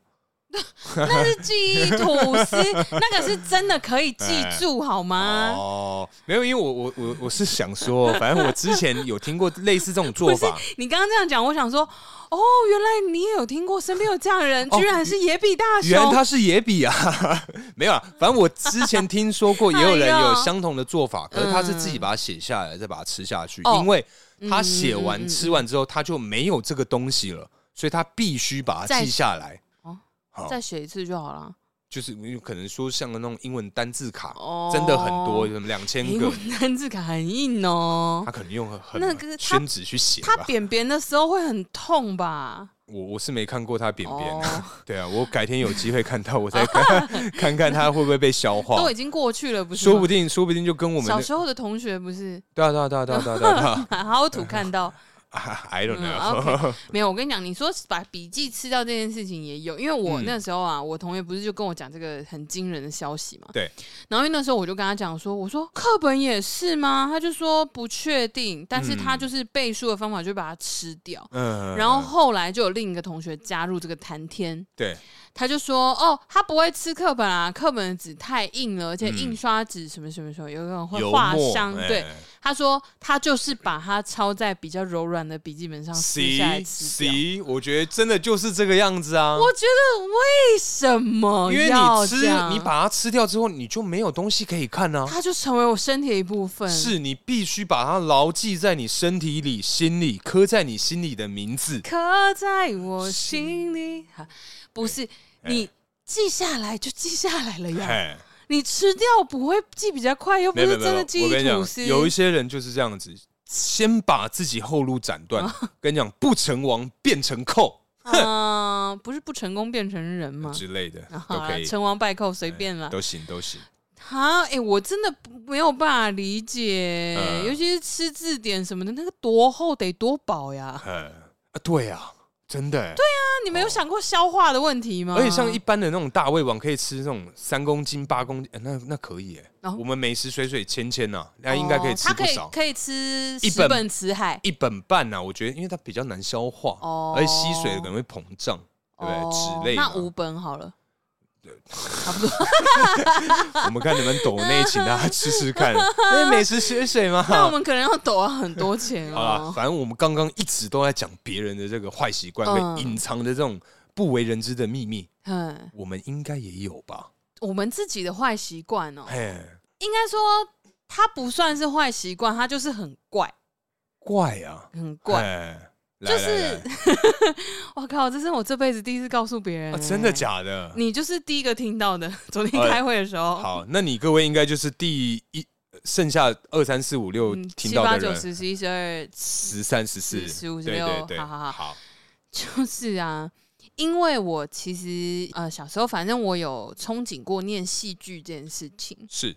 B: 那是记忆吐司，那个是真的可以记住好吗？
A: 哦，没有，因为我我我我是想说，反正我之前有听过类似这种做法，
B: 你刚刚这样讲，我想说，哦，原来你也有听过身边有这样的人，
A: 哦
B: 居然是野比大
A: 原来
B: 雄。
A: 他是野比啊， 没有啊，反正我之前听说过，也有人
B: 哎呦嗯
A: 有相同的做法，可是他是自己把它写下来，再把它吃下去，
B: 哦
A: 因为他写完、
B: 嗯嗯嗯
A: 吃完之后，他就没有这个东西了，所以他必须把它
B: 再
A: 记下来。
B: 哦
A: 好，
B: 再写一次就好了。
A: 就是因为可能说像那种英文单字卡，
B: 哦
A: 真的很多，什么两千
B: 英
A: 个，
B: 文单字卡很硬哦
A: 他，可能用很
B: 那个他
A: 宣纸去写
B: 他
A: 吧。
B: 扁扁的时候会很痛吧？
A: 我我是没看过他扁 扁，
B: 哦
A: 对啊，我改天有机会看到，我再看 看看他会不会被消化
B: 都已。经过去了，不是吗？
A: 说不定，说不定就跟我们那
B: 小时候的同学不是
A: 对啊，对啊，对啊，对啊，对啊，对啊
B: 好土看到
A: I don't
B: 嗯
A: know，
B: ，OK 没有？我跟你讲，你说把笔记吃掉这件事情也有，因为我
A: 嗯
B: 那时候啊，我同学不是就跟我讲这个很惊人的消息嘛？
A: 对。
B: 然后因为那时候我就跟他讲说，我说课本也是吗？他就说不确定，但是他
A: 嗯
B: 就是背书的方法就把它吃掉。
A: 嗯，
B: 然后后来就有另一个同学加入这个谈天，
A: 对，
B: 他就说：“哦，他不会吃课本啊，课本的纸太硬了，而且印刷纸什么什么什么，有可能会
A: 油
B: 划
A: 嗯墨
B: 伤。
A: 哎
B: 对，他说他就是把它抄在比较柔软的笔记本上撕下来
A: ，C
B: 吃掉。
A: C，我觉得真的就是这个样子啊，
B: 我觉得为什么
A: 因为
B: 要
A: 你
B: 这
A: 吃
B: 样？，
A: 你把它吃掉之后，你就没有东西可以看啊。
B: 它就成为我身体的一部分。
A: 是你必须把它牢记在你身体里、心里，刻在你心里的名字。
B: 刻在我心里。啊不是你记下来就记下来了呀，
A: 哎，
B: 你吃掉不会记比较快，又不
A: 没有
B: 是
A: 没有没
B: 真
A: 有，
B: 的记
A: 我
B: 忆
A: 跟你
B: 吐司
A: 讲，。有一些人就是这样子，先把自己后路斩 断。跟你讲，不成王变成寇
B: 嗯、不是不成功变成人吗？
A: 之类的
B: 啊
A: 都可以，哎
B: 成王败寇随便啦。
A: 都行都行。
B: 哈，哎、我真的不没有办法理解，
A: 嗯
B: 尤其是吃字典什么的，那个多厚得多薄呀？
A: 呃，啊对啊，真的、欸。对啊，
B: 那你们有想过消化的问题吗？
A: 而且像一般的那种大胃王，可以吃那种三公斤、八公斤，欸那那可以、欸。
B: 哦
A: 我们美食水水芊芊呐，那应该可以
B: 哦
A: 吃
B: 它
A: 不
B: 可以
A: 少，
B: 可以吃
A: 一
B: 十
A: 本
B: 本辞海，
A: 一本半啊呐、我觉得因为它比较难消化，
B: 哦
A: 而且吸水可能会膨胀，对不对？脂类嘛
B: 那五本 好了。
A: 我们看你们抖内，请大家吃吃 看，因为美食水水嘛。
B: 那我们可能要抖啊很多 钱
A: 好啦，
B: 哦。
A: 反正我们刚刚一直都在讲别人的这个坏习惯，
B: 嗯
A: 跟隐藏的这种不为人知的秘密，
B: 嗯，
A: 我们应该也有吧？
B: 我们自己的坏习惯哦，
A: 嘿，
B: 应该说它不算是坏习惯，它就是很怪，
A: 怪啊，
B: 很怪。
A: 嘿，来
B: 就
A: 来
B: 是
A: 来，
B: 我靠，这是我这辈子第一次告诉别人、
A: 啊，真的
B: 欸
A: 假的？
B: 你就是第一个听到的， 昨天
A: 呃
B: 开会的时候，
A: 好，那你各位应该就是第一剩下二三四五六
B: 嗯，
A: 听
B: 七
A: 到
B: 八
A: 的
B: 九
A: 人，
B: 十十一十二，
A: 十三十四
B: 十十五十
A: 对
B: 六
A: 对对，
B: 好好好
A: 好，
B: 就是啊，因为我其实呃小时候，反正我有憧憬过念戏剧这件事情，
A: 是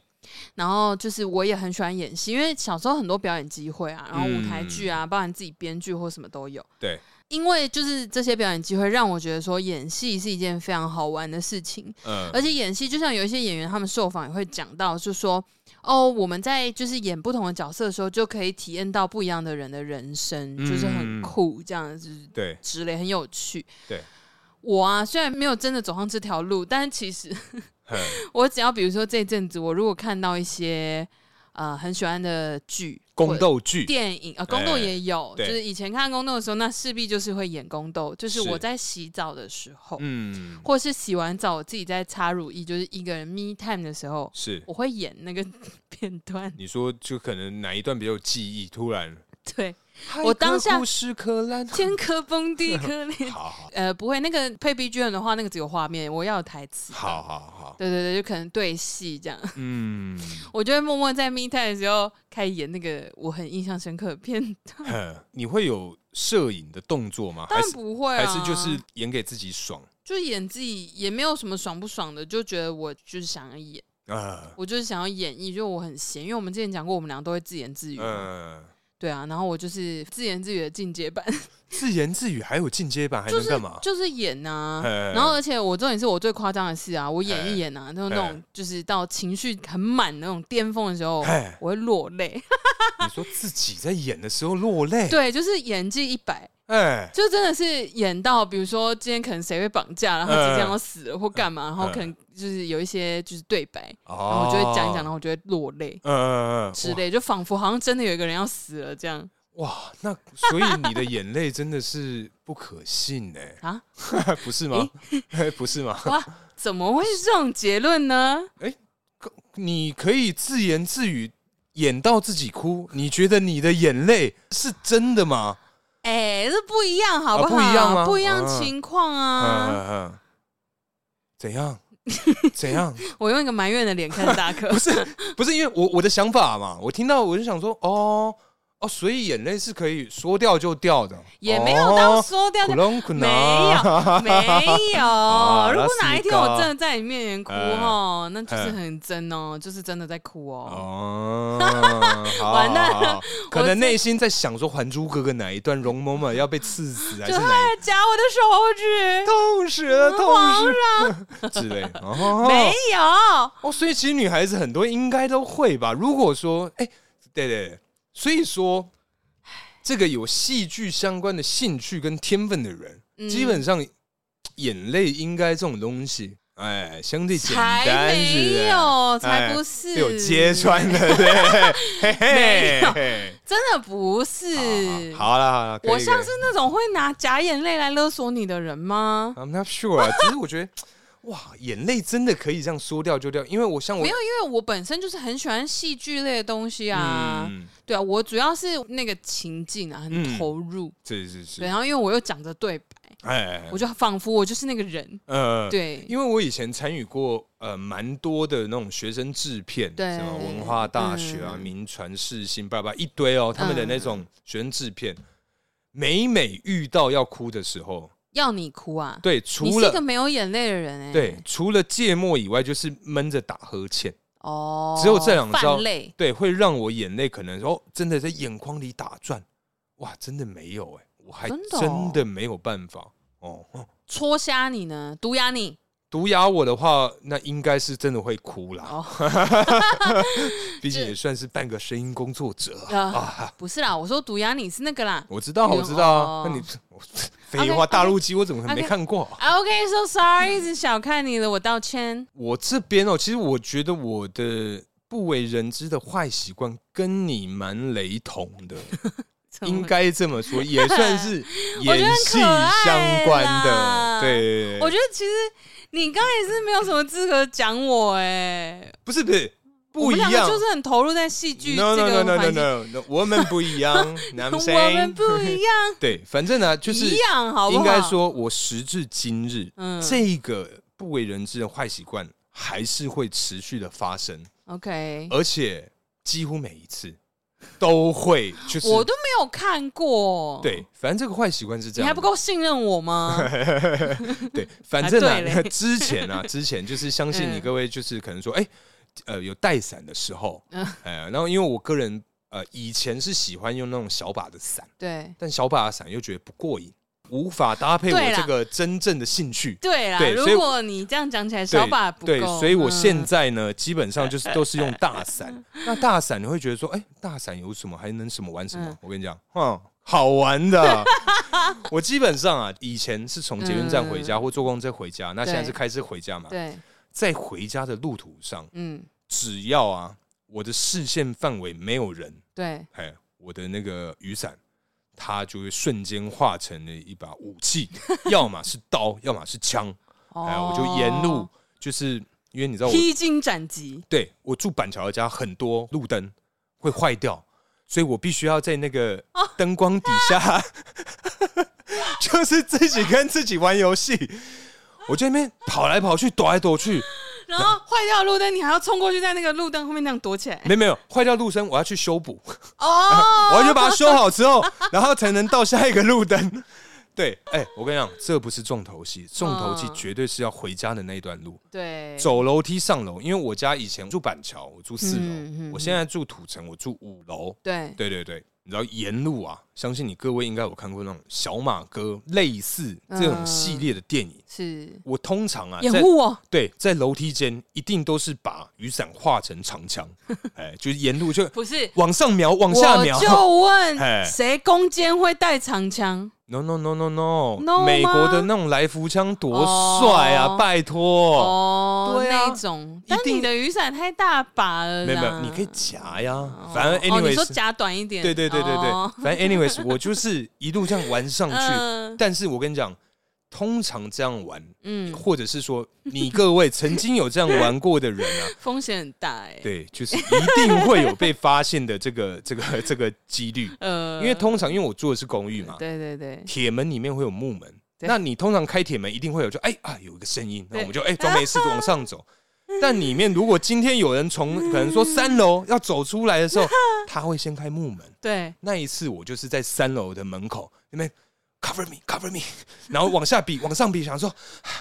B: 然后就是我也很喜欢演戏，因为小时候很多表演机会啊，然后
A: 嗯
B: 舞台剧啊，包含自己编剧或什么都有。
A: 对，
B: 因为就是这些表演机会，让我觉得说演戏是一件非常好玩的事情。
A: 嗯
B: 而且演戏，就像有一些演员，他们受访也会讲到，就说哦，我们在就是演不同的角色的时候，就可以体验到不一样的人的人生，
A: 嗯
B: 就是很酷，这样子
A: 对，
B: 之类，很有趣。
A: 对，
B: 我啊，虽然没有真的走上这条路，但是其实
A: 哼
B: 我只要比如说这阵子，我如果看到一些呃很喜欢的剧、
A: 宫斗剧，
B: 电影啊，宫斗
A: 哎
B: 也有，
A: 对
B: 就是以前看宫斗的时候，那势必就是会演宫斗，就是
A: 是
B: 我在洗澡的时候。
A: 嗯，
B: 或是洗完澡，我自己在擦乳液，就是一个人 me time 的时候，
A: 是
B: 我会演那个 片段。
A: 你说就可能哪一段比较有记忆，突然
B: 对，
A: 骇
B: 我当下
A: 客库斯克烂，
B: 天可崩地可裂。
A: 好好
B: 呃，不会，那个配 BGM 的话，那个只有画面，我要有台 词。
A: 好好好，
B: 对对对，就可能对戏这样。
A: 嗯，
B: 我就会默默在 me time 的时候开始演那个我很印象深刻的片段。
A: 呵你会有摄影的动作吗？
B: 当
A: 还
B: 然
A: 是
B: 不会啊，
A: 还是就是演给自己爽
B: 就是演自己也没有什么爽不爽的，就觉得我就是想要演，
A: 啊？
B: 我就是想要演绎，就我很闲，因为我们之前讲过，我们俩都会自言自语嘛，
A: 嗯，
B: 对啊，然后我就是自言自语的进阶版，
A: 哦自言自语还有进阶版，还能干嘛？
B: 就是演啊。
A: 嘿嘿
B: 然后，而且我重点是我最夸张的是啊，我演一演啊，那种
A: 嘿
B: 那种就是到情绪很满那种巅峰的时候
A: 嘿，
B: 我会落泪。
A: 你说自己在演的时候落泪，
B: 对，就是演技一百，
A: 哎，
B: 就真的是演到，比如说今天可能谁被绑架，然后即将要死了或干嘛，
A: 嗯
B: 然后可能就是有一些就是对白，然后
A: 哦
B: 我就会讲一讲，然后我就会落泪
A: 嗯嗯嗯，
B: 之类，就仿佛好像真的有一个人要死了这样
A: 哇， 那所以你的眼泪真的是不可信哎、
B: 啊？
A: 不是吗？ 不是吗？
B: 哇，怎么会是这种结论呢？
A: 你可以自言自语演到自己哭，你觉得你的眼泪是真的吗？
B: 哎、这不一样，好好？
A: 啊不一样吗
B: 不一样情况
A: 嗯 嗯
B: 啊！
A: 嗯，怎样？ 怎样？
B: 我用一个埋怨的脸看着 大可
A: 不，是不是，因为我我的想法嘛，我听到我就想说，哦哦，所以眼泪是可以说掉就掉的，
B: 也没有到
A: 哦
B: 说掉
A: 苦
B: 的，
A: 能苦能
B: 没有，没 有。
A: 啊
B: 如果
A: 那
B: 哪
A: 是
B: 一天我
A: 个
B: 真的在你面前哭
A: 呃
B: 哦，那就是很真哦，就是真的在哭哦。
A: 哦，好
B: 完蛋
A: 好好好可
B: 我
A: 能
B: 自
A: 内心在想说，《还珠格格》哪一段容嬷嬷要被刺死，还
B: 就是
A: 哪一
B: 哎，夹我的手指，
A: 痛死了，痛死了 之类的。
B: 嗯啊没
A: 哦，
B: 有。
A: 哦，所以其实女孩子很多应该都会吧。如果说，哎，对对对，所以说这个有戏剧相关的兴趣跟天分的人，
B: 嗯
A: 基本上眼泪应该这种东西，哎，相对简
B: 才
A: 单，是不是
B: 没有，才
A: 哎
B: 不是，
A: 被我揭穿了，对， 嘿
B: 没
A: 嘿
B: 有
A: 嘿，
B: 真的不是。
A: 好好了好了，可以
B: 我像
A: 可以
B: 是那种会拿假眼泪来勒索你的人吗？
A: I'm not sure，啊 只是我觉得，哇，眼泪真的可以这样说掉就掉，因为我像我
B: 没有，因为我本身就是很喜欢戏剧类的东西啊。
A: 嗯，
B: 对啊，我主要是那个情境啊，很
A: 嗯
B: 投入。
A: 是是是，
B: 对，
A: 哎
B: 然后因为我又讲着对白，
A: 哎，
B: 我
A: 哎
B: 就仿佛我就是那个人。
A: 呃，
B: 对，
A: 因为我以前参与过呃蛮多的那种学生制片，
B: 对
A: 什么文化大学啊、
B: 嗯
A: 民传、世新、爸爸一堆哦，他们的那种学生制片，每每遇到要哭的时候，
B: 要你哭啊！
A: 对，
B: 你
A: 除
B: 是一个
A: 了
B: 没有眼泪的人哎、
A: 对，除了芥末以外，就是闷着打呵欠。
B: 哦，
A: 只有这两招
B: 泛泪
A: 对，会让我眼泪可能哦，真的在眼眶里打转，哇，真的没有哎、我还
B: 真的哦嗯
A: 真的没有办法哦。
B: 戳瞎你呢，毒哑你
A: 毒哑我的话，那应该是真的会哭啦，
B: 哦，
A: 毕竟
B: 这
A: 也算是半个声音工作者啊。
B: 啊，不是啦，我说毒哑你是那个啦。
A: 我知道，
B: 嗯
A: 我知道
B: 哦
A: 啊。那你 我废
B: OK，OK
A: 话，大陆机我怎么可能没
B: OK
A: 看过啊？
B: 啊 OK，so、sorry，是
A: 嗯
B: 小看你了，我道歉。
A: 我这边哦，其实我觉得我的不为人知的坏习惯跟你蛮雷同的， 应该这么说，也算是
B: 我觉得
A: 演
B: 很
A: 戏
B: 可爱
A: 相关的。
B: 啦
A: 对对，对
B: 我觉得其实你刚才也是没有什么资格讲我哎、
A: 不是不是
B: 我
A: 不一
B: 们两个
A: 样，
B: 就是很投入在戏剧这
A: no no no
B: 个
A: no
B: 环
A: no
B: 境
A: no，no，我们不一 样，I'm
B: 我们
A: saying，
B: 不 一样，
A: 对，反正呢，就是
B: 一样好不
A: 应
B: 好？
A: 该，说，我时至今日，
B: 嗯
A: 这个不为人知的坏习惯还是会持续的发生，
B: ，OK，
A: 而且几乎每一次都会，就是
B: 我都没有看过，，
A: 对，反正这个坏习惯是这
B: 你
A: 样，
B: 还不够信任 我吗？
A: 对，反正
B: 啊对
A: 啊，
B: 嘞
A: 之前啊，之前就是相信你
B: 嗯
A: 各位，就是可能说，哎、呃，有带伞的时候，
B: 嗯
A: 哎、然后因为我个人呃以前是喜欢用那种小把的伞，
B: 对，
A: 但小把的伞又觉得不过瘾，无法搭配
B: 对
A: 我
B: 啦
A: 这个真正的兴趣。
B: 对啦，
A: 对所以
B: 如果你这样讲起来，
A: 对
B: 小把不够，
A: 对，所以我现
B: 嗯
A: 在呢，基本上就是都是用大 伞。那大伞你会觉得说，哎、大伞有什么？还能什么玩什么？
B: 嗯
A: 我跟你讲，嗯，好玩 的。我基本上啊，以前是从捷运站回家、或坐公车回家，那现在
B: 嗯对
A: 是开车回家嘛。
B: 对，
A: 在回家的路途上，
B: 嗯，
A: 只要啊我的视线范围没有人，
B: 对，
A: 哎，我的那个雨伞，它就会瞬间化成了一把武 器，要么是刀，要么是枪。哎，我就沿路就是因为你知道我
B: 哦披荆斩棘，
A: 对我住板桥的家，很多路灯会坏掉，所以我必须要在那个
B: 哦
A: 灯光底 下，就是自己跟自己玩游戏。我就在那边跑来跑去，躲来躲去，
B: 然后坏掉的路灯，你还要冲过去，在那个路灯后面那样躲起来。
A: 没有没有坏掉路灯，我要去修补，
B: 哦，
A: 我要去把它修好之 后，然后才能到下一个路灯。对，哎、我跟你讲，这不是重头戏，重头戏
B: 嗯
A: 绝对是要回家的那一段路。
B: 对，
A: 走楼梯上楼，因为我家以前住板桥，我住四楼，
B: 嗯嗯嗯
A: 我现在住土城，我住五楼。
B: 对
A: 对对对，你知道沿路啊，相信你各位应该有看过那种小马哥类似这种系列的电影。
B: 是
A: 我通常啊，
B: 嗯掩
A: 在
B: 护我，
A: 对在楼梯间一定都是把雨伞画成长 枪，哎，就是沿路就
B: 不是
A: 往上瞄，往下
B: 我
A: 瞄。
B: 就
A: 嘿
B: 问谁攻坚会带长枪？
A: No no no no no，,
B: No
A: 美
B: 吗
A: 国的那种来福枪多帅啊！
B: 哦
A: 拜托，
B: 哦，
A: 对啊
B: 那一种，
A: 一
B: 但
A: 定
B: 你的雨伞太大把了啦，
A: 没有没有，你可以夹呀
B: 啊哦，
A: 反正
B: 哦，你
A: anyways，、
B: 说夹短一点，
A: 对对对对对，
B: 哦
A: 反正 anyways，我就是一路这样玩上去。
B: 嗯
A: 但是我跟你讲，通常这样玩，
B: 嗯，
A: 或者是说你各位曾经有这样玩过的人 啊，
B: 风险很大哎，
A: 对，就是一定会有被发现的这个 这个这个几率，
B: 呃
A: 因为通常因为我住的是公寓嘛，
B: 对对对，
A: 铁门里面会有木门，
B: 对
A: 那你通常开铁门一定会有就哎啊有一个声音，那
B: 对
A: 我们就哎装没事往上 走。但里面如果今天有人从可能说三楼要走出来 的时候，他会先开木门。
B: 对，
A: 那一次我就是在三楼的门口那边 cover me cover me，然后往下比 往上比，想说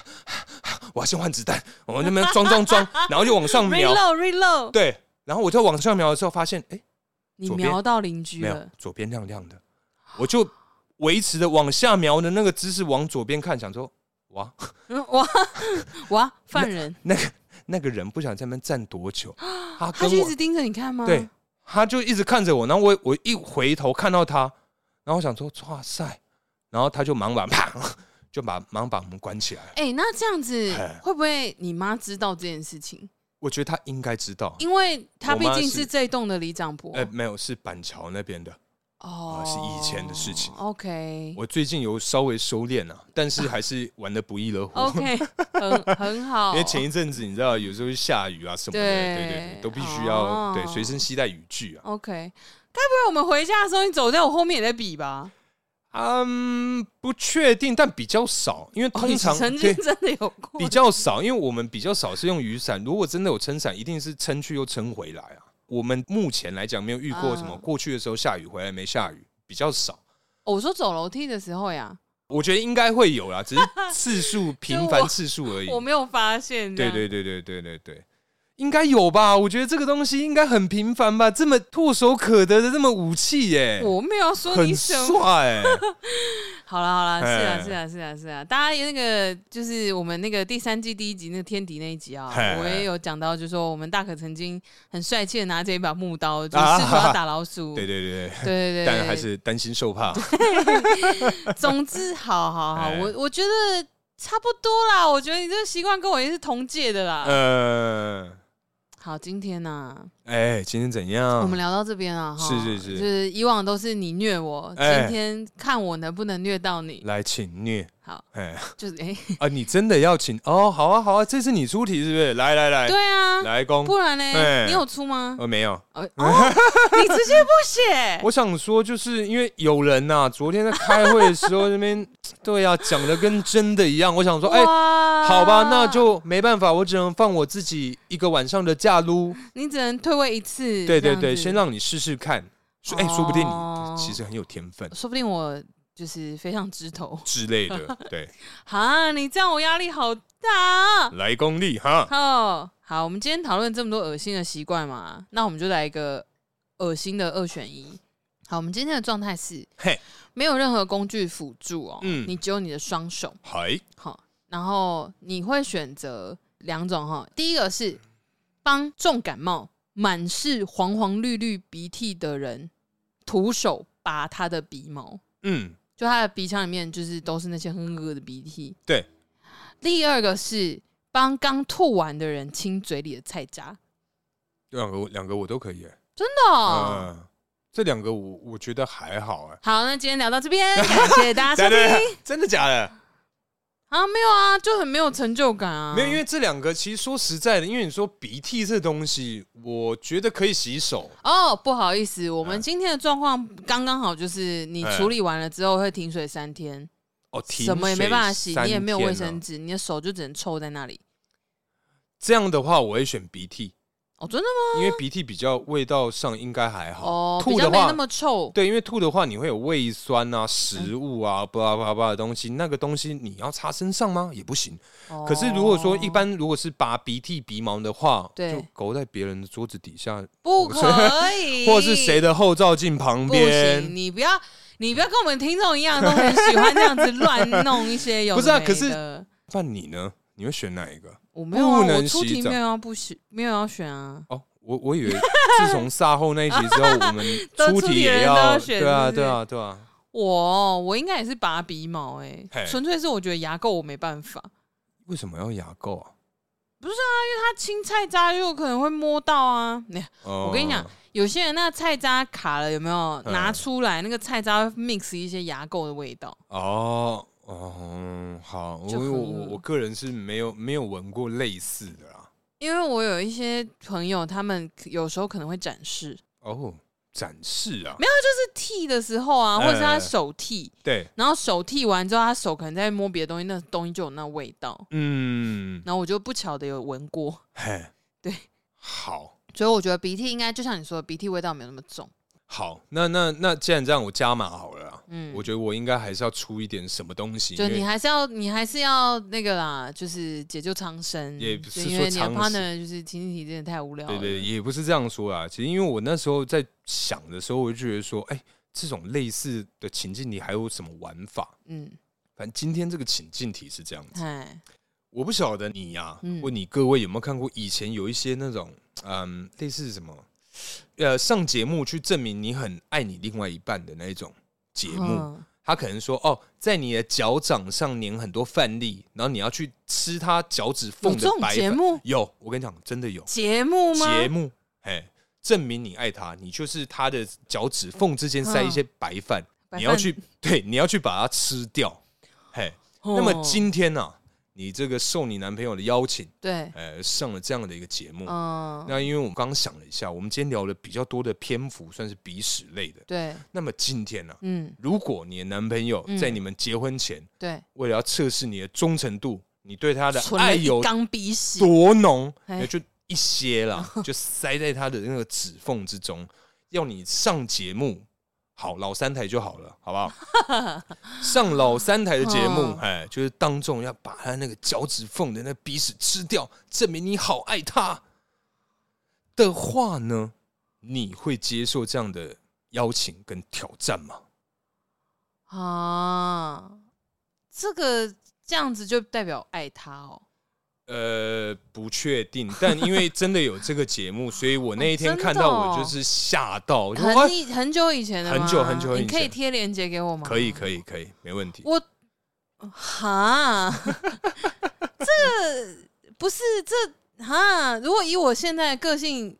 A: 我要先换子弹，我那边装装装， 然后就往上瞄，
B: reload reload，
A: 对，然后我就往上瞄的时候发现，哎、
B: 你
A: 左边
B: 瞄到邻居
A: 没有
B: 了，
A: 左边亮亮的，我就维持着往下瞄的那个姿势往左边看，想说哇，
B: 嗯哇 哇，犯人，
A: 那个那个人不想在那边站多 久，他
B: 他
A: 跟
B: 就一
A: 我
B: 直盯着你看吗？
A: 对，他就一直看着我，然后我我一回头看到他，然后我想说哇塞，然后他就忙把啪就把忙把门关起来了。
B: 哎，那这样子
A: 嘿
B: 会不会你妈知道这件事情？
A: 我觉得他应该知道，
B: 因为她
A: 我
B: 毕
A: 妈
B: 竟
A: 是
B: 是这一栋的里长伯
A: 哎、，没有是板桥那边的。
B: 哦，
A: 是以前的事情
B: OK
A: 我最近有稍微收敛啊，但是还是玩的不亦乐乎。
B: OK，很 很好，
A: 因为前一阵子你知道，有时候下雨啊什么的，对
B: 对
A: 对对，都必须要、
B: 哦
A: 对随身携带雨具啊。
B: OK，该不会我们回家的时候你走在我后面也在比吧？
A: 嗯，不确定，但比较少，因为
B: 哦
A: 通
B: 你
A: 常、
B: 曾
A: 对
B: 经真的有过
A: 比较少，因为我们比较少是用雨伞。如果真的有撑伞，一定是撑去又撑回来啊。我们目前来讲没有遇过什么、
B: 嗯
A: 过去的时候下雨，回来没下雨，比较少。
B: 哦我说走楼梯的时候呀，
A: 我觉得应该会有啦， 只是次数频繁
B: 我
A: 次数而已。
B: 我没有发现啊这
A: 对
B: 样。
A: 对对对对对对，应该有吧？我觉得这个东西应该很频繁吧？这么唾手可得的这么武器耶、
B: 我没有说你
A: 很
B: 什么。
A: 帅、欸。
B: 好了好了，是啊
A: 嘿
B: 是啊是啊是啊，大家那个就是我们那个第三季第一集那个天敌那一集啊
A: 嘿，
B: 我也有讲到，就是说我们大可曾经很帅气的拿着一把木刀，就是
A: 啊
B: 试图要打老鼠。
A: 对对对
B: 对
A: 对，
B: 对对，
A: 但还是担心受怕。
B: 总之，好好好，
A: 哎
B: 我我觉得差不多啦。我觉得你这个习惯跟我也是同届的
A: 嗯
B: 啦。
A: 呃，
B: 好，今天呢、
A: 哎、今天怎样？
B: 我们聊到这边啊，哈
A: 嗯是是是
B: 就是以往都是你虐我，
A: 哎
B: 今天看我能不能虐到你。
A: 来，请虐。
B: 好，
A: 哎、
B: 就是哎，
A: 啊，你真的要请哦？好啊，好啊，这是你出题是不是？来来来，
B: 对啊，
A: 哎来公，
B: 不然
A: 哎
B: 呢？你有出吗？
A: 呃，没有，
B: 哦，哦你直接不写，
A: 我想说，就是因为有人呐、 昨天在开会的时候那边，对啊，讲的跟真的一样。我想说，哎、
B: 哇
A: 好吧，那就没办法，我只能放我自己一个晚上的假撸。
B: 你只能退位一次。
A: 对对
B: 这样
A: 对，
B: 子
A: 先让你试试看，说哎、说不定
B: 哦
A: 你其实很有天分
B: 说不定我就是飞上枝头。
A: 之类的。对，
B: 啊，你这样我压力好大。
A: 来功力哈，
B: 哦，好，我们今天讨论这么多恶心的习惯嘛，那我们就来一个恶心的二选一。好，我们今天的状态是
A: 嘿，
B: 没有任何工具辅助哦，
A: 嗯
B: 你只有你的双手，
A: 嗨，
B: 好，然后你会选择两种哈，第一个是帮重感冒、满是黄黄绿绿鼻涕的人徒手拔他的鼻毛，
A: 嗯，
B: 就他的鼻腔里面就是都是那些很恶的鼻涕。
A: 对，
B: 第二个是帮刚吐完的人清嘴里的菜渣，
A: 两个我两个我都可以、欸，
B: 真的
A: 嗯、
B: 哦、
A: 这两个我我觉得还好哎、
B: 啊好，那今天聊到这边，感谢大家收听。
A: 真的假的？
B: 啊，没有啊，就很没有成就感啊。
A: 没有，因为这两个其实说实在的，因为你说鼻涕这东西，我觉得可以洗手。
B: 哦，不好意思，我们今天的状况刚刚好，就是你
A: 嗯哎
B: 处理完了之后会停水三天，
A: 哦，停
B: 什么也没办法洗
A: 水，三
B: 你也没有卫
A: 天
B: 生
A: 啊。
B: 纸，你的手就只能臭在那里。
A: 这样的话，我会选鼻涕，
B: 哦，真的吗？
A: 因为鼻涕比较味道上应该还好。
B: 哦，比
A: 嗯吐
B: 较
A: 的
B: 没那
A: 话，
B: 么嗯臭。
A: 对，因为吐的话你会有胃酸啊、食物啊、巴拉巴拉巴拉的东西，那个东西你要擦身上吗？也不行。
B: 哦
A: 可是如果说 一般如果是拔鼻涕、鼻毛的话，
B: 对
A: 就勾在别人的桌子底下，
B: 不可以，
A: 或者是谁的后照镜旁
B: 不
A: 边
B: 行，，你不要。你不要跟我们听众一样，都很喜欢这样子乱弄一些有的
A: 不是啊
B: 没
A: 可是
B: 的
A: 那你呢？你会选哪一个？
B: 我没有、啊，
A: 不能
B: 我出
A: 洗
B: 题
A: 澡
B: 没有要不选，没有要选啊。
A: 哦，我我以为自从萨后那一集之后，我们
B: 都出
A: 出
B: 题
A: 题
B: 人
A: 也
B: 都要选
A: 对啊，
B: 是不是
A: 对啊，对啊。
B: 我我应该也是拔鼻毛哎、
A: 嘿
B: 纯粹是我觉得牙垢我没办法，
A: 为什么要牙垢啊？
B: 它青菜渣就有可能会摸到啊。你
A: 我
B: 我跟你讲，有些人那菜渣卡了有没有
A: 嗯
B: 拿出来？那个菜渣会 mix 一些牙垢的味道。
A: 哦哦，嗯好，
B: 就
A: 我
B: 很
A: 我
B: 恶
A: 我我个人是没有没有闻过类似的啦。
B: 因为我有一些朋友，他们有时候可能会展示，
A: 哦，展示啊，
B: 就是剃的时候啊，
A: 嗯
B: 或者是他手剃，
A: 对，
B: 然后手剃完之后，他手可能在摸别的东西，那东西就有那味道。
A: 嗯，
B: 然后我就不巧的有闻过，
A: 嘿，
B: 对，
A: 好，
B: 所以我觉得鼻涕应该就像你说的，鼻涕味道没有那么重。
A: 好，那那那既然这样，我加码好了啦。
B: 嗯，
A: 我觉得我应该还是要出一点什么东西，
B: 就
A: 因为
B: 你还是要，你还是要那个啦，就是解救苍生。
A: 也不是
B: 就因
A: 说
B: 为你的
A: 苍
B: partner 就是情体真的太无聊了。
A: 对对，也不是这样说啊。其实因为我那时候在想的时候，我就觉得说，哎，这种类似的情境你还有什么玩法？
B: 嗯，
A: 反正今天这个情境题是这样 子，
B: 哎，
A: 我不晓得你呀、
B: 嗯
A: 或你各位有没有看过以前有一些那种，嗯，类似什么，呃，上节目去证明你很爱你另外一半的那一种节目。
B: 嗯
A: 他可能说哦，在你的脚掌上粘很多饭粒，然后你要去吃他脚趾
B: 有
A: 缝
B: 这
A: 的
B: 种
A: 白
B: 节
A: 粉。
B: 目
A: 有，我跟你讲，真的有
B: 节目吗？
A: 节目，哎，证明你爱他，你就是他的脚趾缝之间塞一些白饭，
B: 哦白
A: 你要
B: 饭
A: 去对，你要去把它吃掉。嘿，那么
B: 哦
A: 今天呢、啊，你这个受你男朋友的邀请，
B: 对，
A: 呃，上了这样的一个节目。
B: 嗯，
A: 那因为我刚刚想了一下，我们今天聊的比较多的篇幅算是鼻屎类的。
B: 对，
A: 那么今天呢、
B: 嗯，
A: 如果你的男朋友
B: 嗯
A: 在你们结婚前，
B: 对，
A: 为了要测试你的忠诚度，你对他的
B: 存
A: 爱
B: 了一
A: 有
B: 缸鼻屎，
A: 多浓，
B: 哎
A: 你就一些啦，就塞在他的那个指缝之中，要你上节目。好，老三台就好了，好不好？ 上老三台的节目
B: 哦，
A: 哎，就是当众要把他那个脚趾缝的那鼻屎吃掉，证明你好爱他的话呢，你会接受这样的邀请跟挑战吗？
B: 啊，这个这样子就代表爱他哦。
A: 呃，不确 定，但因为真的有这个节目，所以我那一
B: 哦
A: 天
B: 真的
A: 看到
B: 哦
A: 我就是吓到，我就说
B: 很
A: 哇
B: 以很久以前的吗，
A: 很久很久以
B: 你可以
A: 前
B: 贴链接给我吗？
A: 可以可
B: 以。
A: 以可以，没问题。
B: 我哈， 这不是这哈。如果以我现在的个性，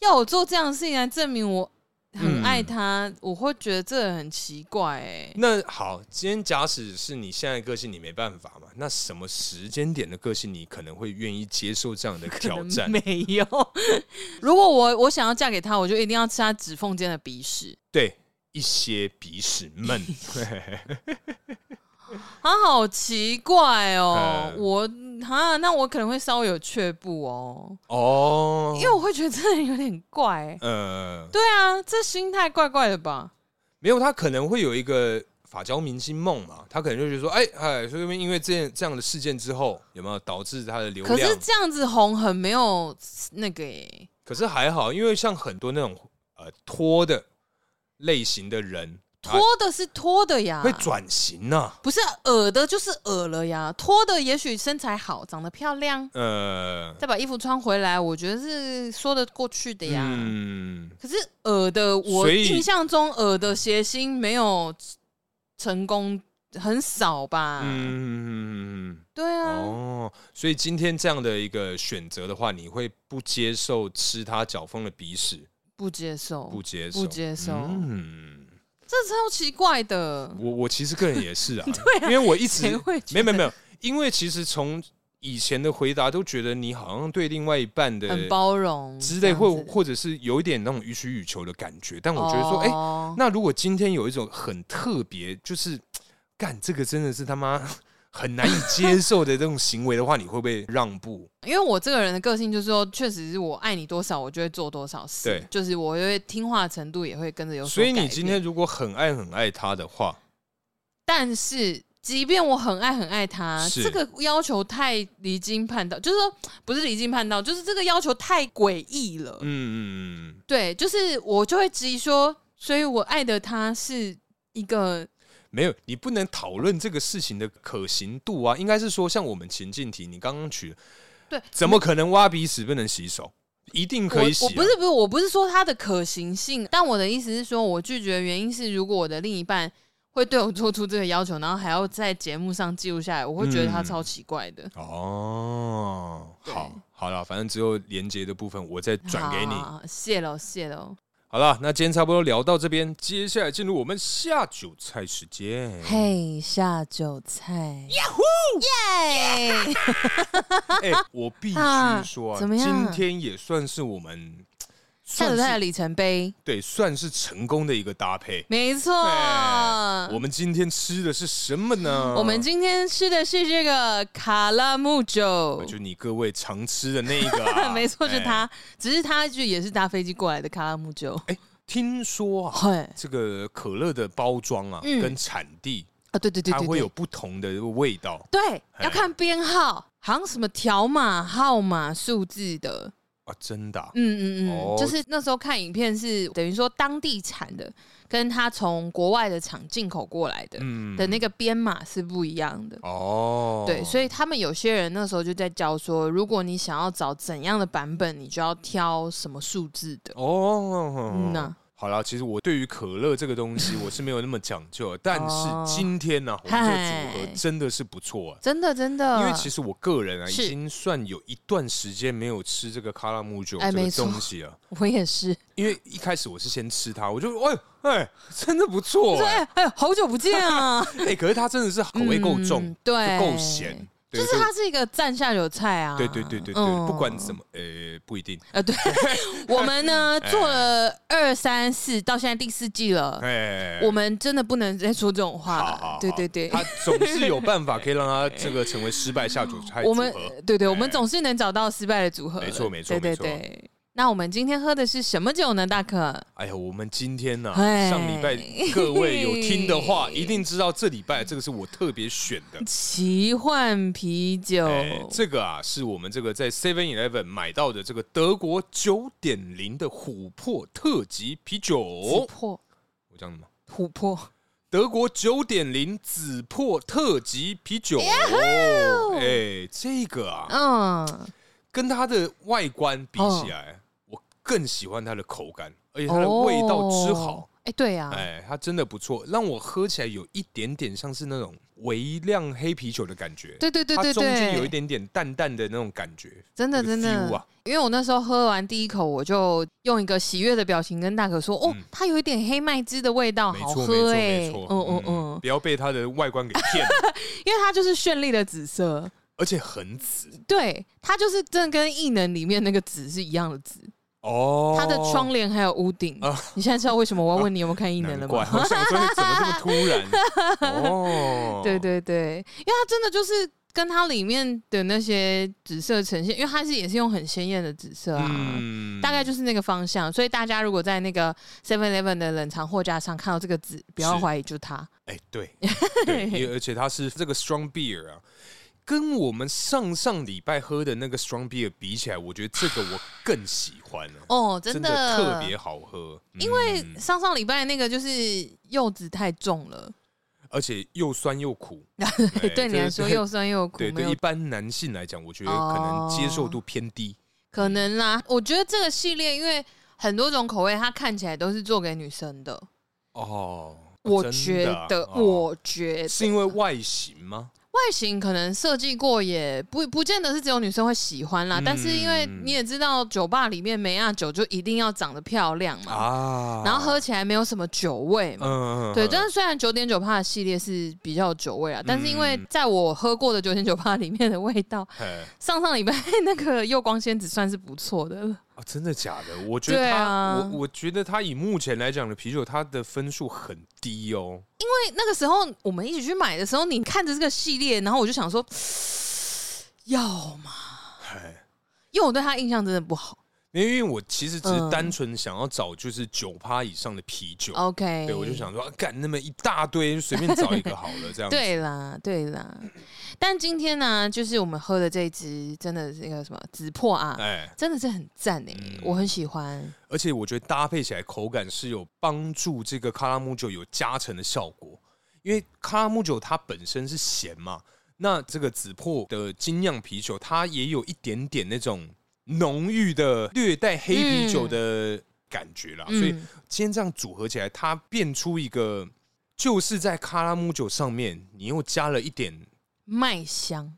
B: 要我做这样的事情来证明我很爱他，我会觉得这很奇怪哎、
A: 那好，今天假使是你现在的个性，你没办法嘛？那什么时间点的个性，你可能会愿意接受这样的
B: 可
A: 挑
B: 能
A: 战？
B: 没有。 如果我我想要嫁给他，我就一定要吃他指缝间的鼻屎。
A: 对，一些鼻屎 们，
B: 他好奇怪哦，
A: 嗯
B: 我哈，那我可能会稍微有却步哦，
A: 哦
B: 因，为我会觉得这人有点怪、欸
A: 呃，
B: 对啊，这心态怪怪的吧？
A: 没有，他可能会有一个法交明星梦嘛，他可能就觉得说，哎哎，所以因为这这样的事件之后，有没有导致他的流
B: 可
A: 量
B: 是？这样子红很没有那个欸耶，
A: 可是还好，因为像很多那种呃拖的类型的人，
B: 拖的是拖的呀，
A: 啊会转型啊呐、
B: 不是耳的就是耳了呀，拖的也许身材好，长得漂亮，
A: 呃，
B: 再把衣服穿回来，我觉得是说得过去的呀。
A: 嗯，
B: 可是耳的，我
A: 所以
B: 印象中耳的谐星没有成功，很少吧？
A: 嗯，
B: 对啊，
A: 哦，所以今天这样的一个选择的话，你会不接受吃他脚缝的鼻屎？
B: 不接受，
A: 不接受，
B: 不接受
A: 嗯，
B: 这超奇怪的。
A: 我我其实个人也是啊，因为我一直
B: 谁会觉
A: 没有没有没有，因为其实从以前的回答都觉得你好像对另外一半的
B: 很包容
A: 之类，或
B: 这样子
A: 或者是有一点那种予取予求的感觉。但我觉得说，哎、
B: 哦
A: 那如果今天有一种很特别，就是干这个真的是他妈 很难以接受的这种行为的话，你会不会让步？
B: 因为我这个人的个性就是说，确实是我爱你多少，我就会做多少事，
A: 对
B: 就是我会听话程度也会跟 着有所
A: 所
B: 改
A: 以
B: 变。
A: 你今天如果很爱很爱他的话，
B: 但是即便我很爱很爱他，
A: 是
B: 这个要求太离经叛道，就是说不是离经叛道，就是这个要求太诡异了。
A: 嗯嗯嗯，
B: 对，就是我就会质疑说，所以我爱的他是一个
A: 没有，你不能讨论这个事情的可行度啊。应该是说，像我们情境题，你刚刚取，
B: 对，
A: 怎么可能挖鼻屎不能洗手？一定可以洗、
B: 我
A: 啊
B: 我不是不是，我不是说它的可行性，但我的意思是说，我拒绝的原因是，如果我的另一半会对我做出这个要求，然后还要在节目上记录下来，我会觉得他
A: 嗯
B: 超奇怪的。
A: 哦，
B: 对
A: 好，好了，反正只有连接的部分，我再转给你。
B: 好，好好谢喽谢喽。
A: 好了，那今天差不多聊到这边，接下来进入我们下酒菜时间。
B: 嘿，下酒菜，耶！
A: 哎、我必须
B: 啊
A: 说啊，
B: 怎么样
A: 今天也算是我们
B: 下
A: 算
B: 酒菜的
A: 是
B: 里程碑，
A: 对，算是成功的一个搭配。哎
B: 没错。
A: 我们今天吃的是什么呢？
B: 我们今天吃的是这个卡拉木酒，，
A: 哦就你各位常吃的那一个、啊
B: 没错，就
A: 哎
B: 它。只是它就也是搭飞机过来的卡拉木酒，
A: 听说啊，
B: 嘿，
A: 这个可乐的包装啊，
B: 嗯
A: 跟产地
B: 啊，对对对
A: 它
B: 对
A: 会有
B: 对，
A: 不同的味道。
B: 对，
A: 哎
B: 要看编号，好像什么条码、号码、数字的，
A: 啊，真的啊、
B: 嗯嗯嗯，
A: 哦
B: 就是那时候看影片是等于说当地产的，跟它从国外的厂进口过来的、
A: 嗯
B: 的那个编码是不一样的。
A: 哦，
B: 对，所以他们有些人那时候就在教说，如果你想要找怎样的版本，你就要挑什么数字的。
A: 哦，
B: 嗯呐
A: 好啦，其实我对于可乐这个东 西我是没有那么讲究的，啊但
B: 哦
A: 是今天呢、我们这个组
B: 嗨
A: 合真的是不错、啊。
B: 真的，真的，
A: 因为其实我个人啊，已
B: 是
A: 经算有一段时间没有吃这个卡拉木酒
B: 哎
A: 这
B: 没
A: 个
B: 错
A: 东西了。
B: 我也是，
A: 因为一开始我是先吃它，我就哎哎，真的不错
B: 对，
A: 哎、
B: 哎、好久不见啊，
A: 哎可是它真的是口味够重，
B: 嗯 对，
A: 就够咸，对
B: 就是
A: 所以
B: 它是一个蘸下酒菜啊。
A: 对对对对对，
B: 嗯
A: 不管怎么，呃，不一定，
B: 呃，对，我们呢做了二三四，到现在第四季了，
A: 哎哎，
B: 我们真的不能再说这种话
A: 好好
B: 了
A: 好。
B: 对对对，
A: 它总是有办法可以让它这个成为失败下酒菜
B: 我们
A: 组合哎
B: 对对，我们总是能找到失败的组合了。
A: 没错没错
B: 对对
A: 没错
B: 对。那我们今天喝的是什么酒呢，大可？
A: 哎呀，我们今天呢、
B: 哎
A: 上礼拜各位有听的话，一定知道这礼拜这个是我特别选的。
B: 奇幻啤酒。
A: 哎，这个啊，是我们这个在 Seven Eleven 买到的这个德国九点零的琥珀特级啤酒。
B: 琥
A: 我
B: 珀，
A: 讲什么？
B: 琥珀，
A: 德国九点零紫珀特级啤酒。哎，这个啊，
B: 嗯，
A: 跟它的外观比起来，我更喜欢它的口感，而且它的味道之好。
B: 哦。哎，对啊，
A: 哎，它真的不错，让我喝起来有一点点像是那种微量黑啤酒的感觉。
B: 对对对对
A: 它中间有一
B: 对，
A: 点点淡淡的那种感觉。
B: 真的
A: 有个
B: 真
A: feel
B: 的
A: 啊。
B: 因为我那时候喝完第一口，我就用一个喜悦的表情跟大可说：“哦
A: 嗯，
B: 它有一点黑麦汁的味道，
A: 没
B: 好
A: 错，没
B: 喝
A: 错，
B: 哎
A: 没。”错。
B: 嗯嗯嗯，
A: 不要被它的外观给骗，
B: 因为它就是绚丽的紫色，
A: 而且很紫
B: 对，它就是真的跟异能里面那个紫是一样的紫，
A: 哦。
B: 它的窗帘还有屋顶
A: 啊。
B: 你现在知道为什么我要问你有没有看异能了
A: 难怪，
B: 吗？
A: 我想说你怎么这么突然？哦，
B: 对对对，因为它真的就是跟它里面的那些紫色呈现，因为它是也是用很鲜艳的紫色啊。
A: 嗯
B: 大概就是那个方向，所以大家如果在那个 Seven Eleven 的冷藏货架上看到这个字，不要怀疑就是它。
A: 哎，对，对，因为而且它是这个 strong beer 啊，跟我们上上礼拜喝的那个 strong beer 比起来，我觉得这个我更喜欢了、
B: 哦，
A: 真
B: 的
A: 特别好喝。嗯因
B: 因为上上礼拜那个就是柚子太重了，
A: 而且又酸又苦，
B: 对对你来说又
A: 苦
B: 酸又苦，
A: 对
B: 没
A: 对
B: 有
A: 一般男性来讲，我觉得可能接受度偏低。
B: 可能啦。我觉得这个系列因为很多种口味，它看起来都是做给女生的。
A: 哦，
B: 我
A: 真
B: 觉
A: 的啊
B: 得，
A: 哦
B: 我觉得
A: 是因为外形吗？
B: 外形可能设计过，也不不见得是只有女生会喜欢啦。
D: 嗯
B: 但是因为你也知道，酒吧里面梅啊亚酒就一定要长得漂亮嘛，
A: 哦
D: 啊
B: 嗯然后喝起来没有什么酒味嘛。
D: 嗯
B: 对，但是虽然九点九帕的系列是比较有酒味
A: 嗯
B: 啊，但是因为在我喝过的九点九帕里面的味道，
D: 嘿
B: 上上礼拜那个右光仙子算是不错的了。
A: 啊，真的假的？我觉得
B: 对
A: 他，
B: 啊
A: 我我觉得他以目前来讲的啤酒，它的分数很低哦。
B: 因为那个时候我们一起去买的时候，你看着这个系列，然后我就想说， 要吗？
D: 嘿
B: 因为我对他印象真的不好。
A: 因为我其实只是
B: 嗯
A: 单纯想要找就是九趴以上的啤酒，
B: OK，
A: 对我就想说，啊干、那么一大堆，随便找一个好了，这样子。
B: 对啦，对啦。但今天呢、就是我们喝的这一支，真的是那个什么紫破啊，
A: 哎、嗯
B: 真的是很赞哎、我很喜欢。
A: 而且我觉得搭配起来口感是有帮助这个卡拉姆酒有加成的效果，因为卡拉姆酒它本身是咸嘛，那这个紫珀的精酿啤酒它也有一点点那种浓郁的略带黑啤酒的感觉啦，哦所以
B: 嗯，
A: 今天这样组合起来，它变出一个就是在卡拉姆酒上面你又加了一点。
B: 麦香，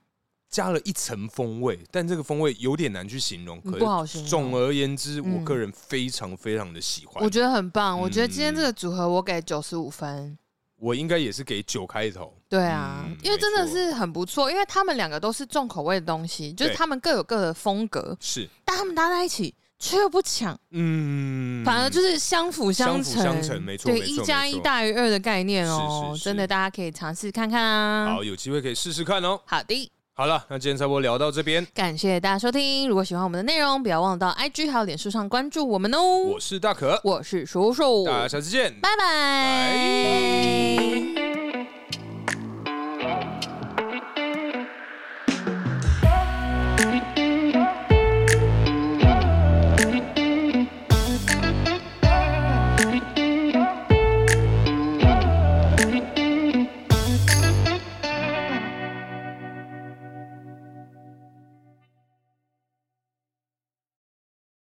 A: 加了一层风味，但这个风味有点难去形容。
B: 嗯
A: 可
B: 不好形
A: 是
B: 容
A: 总而言之，我
B: 嗯
A: 个人非常非常的喜欢。
B: 我觉得很棒。我觉得今天
A: 嗯
B: 这个组合，我给九十五分。
A: 我应该也是给九开头。
B: 对啊，
A: 嗯
B: 因为真的
A: 没错
B: 是很不错，因为他们两个都是重口味的东西，就是
A: 对
B: 他们各有各的风格，
A: 是，
B: 但他们搭在一起却又不抢，
A: 嗯
B: 反而就是相辅
A: 相辅
B: 成。
A: 相成没错
B: 对，
A: 没
B: 一
A: 错
B: 加
A: 没
B: 一
A: 错
B: 大于二的概念哦，
A: 是是是
B: 真的大家可以尝试看看啊。
A: 好，有机会可以试试看哦。
B: 好的。
A: 好了，那今天差不多聊到这边，
B: 感谢大家收听。如果喜欢我们的内容，不要忘了到 IG 还有脸书上关注我们哦。
A: 我是大可，
B: 我是叔叔，
A: 大家下次见，
B: 拜拜。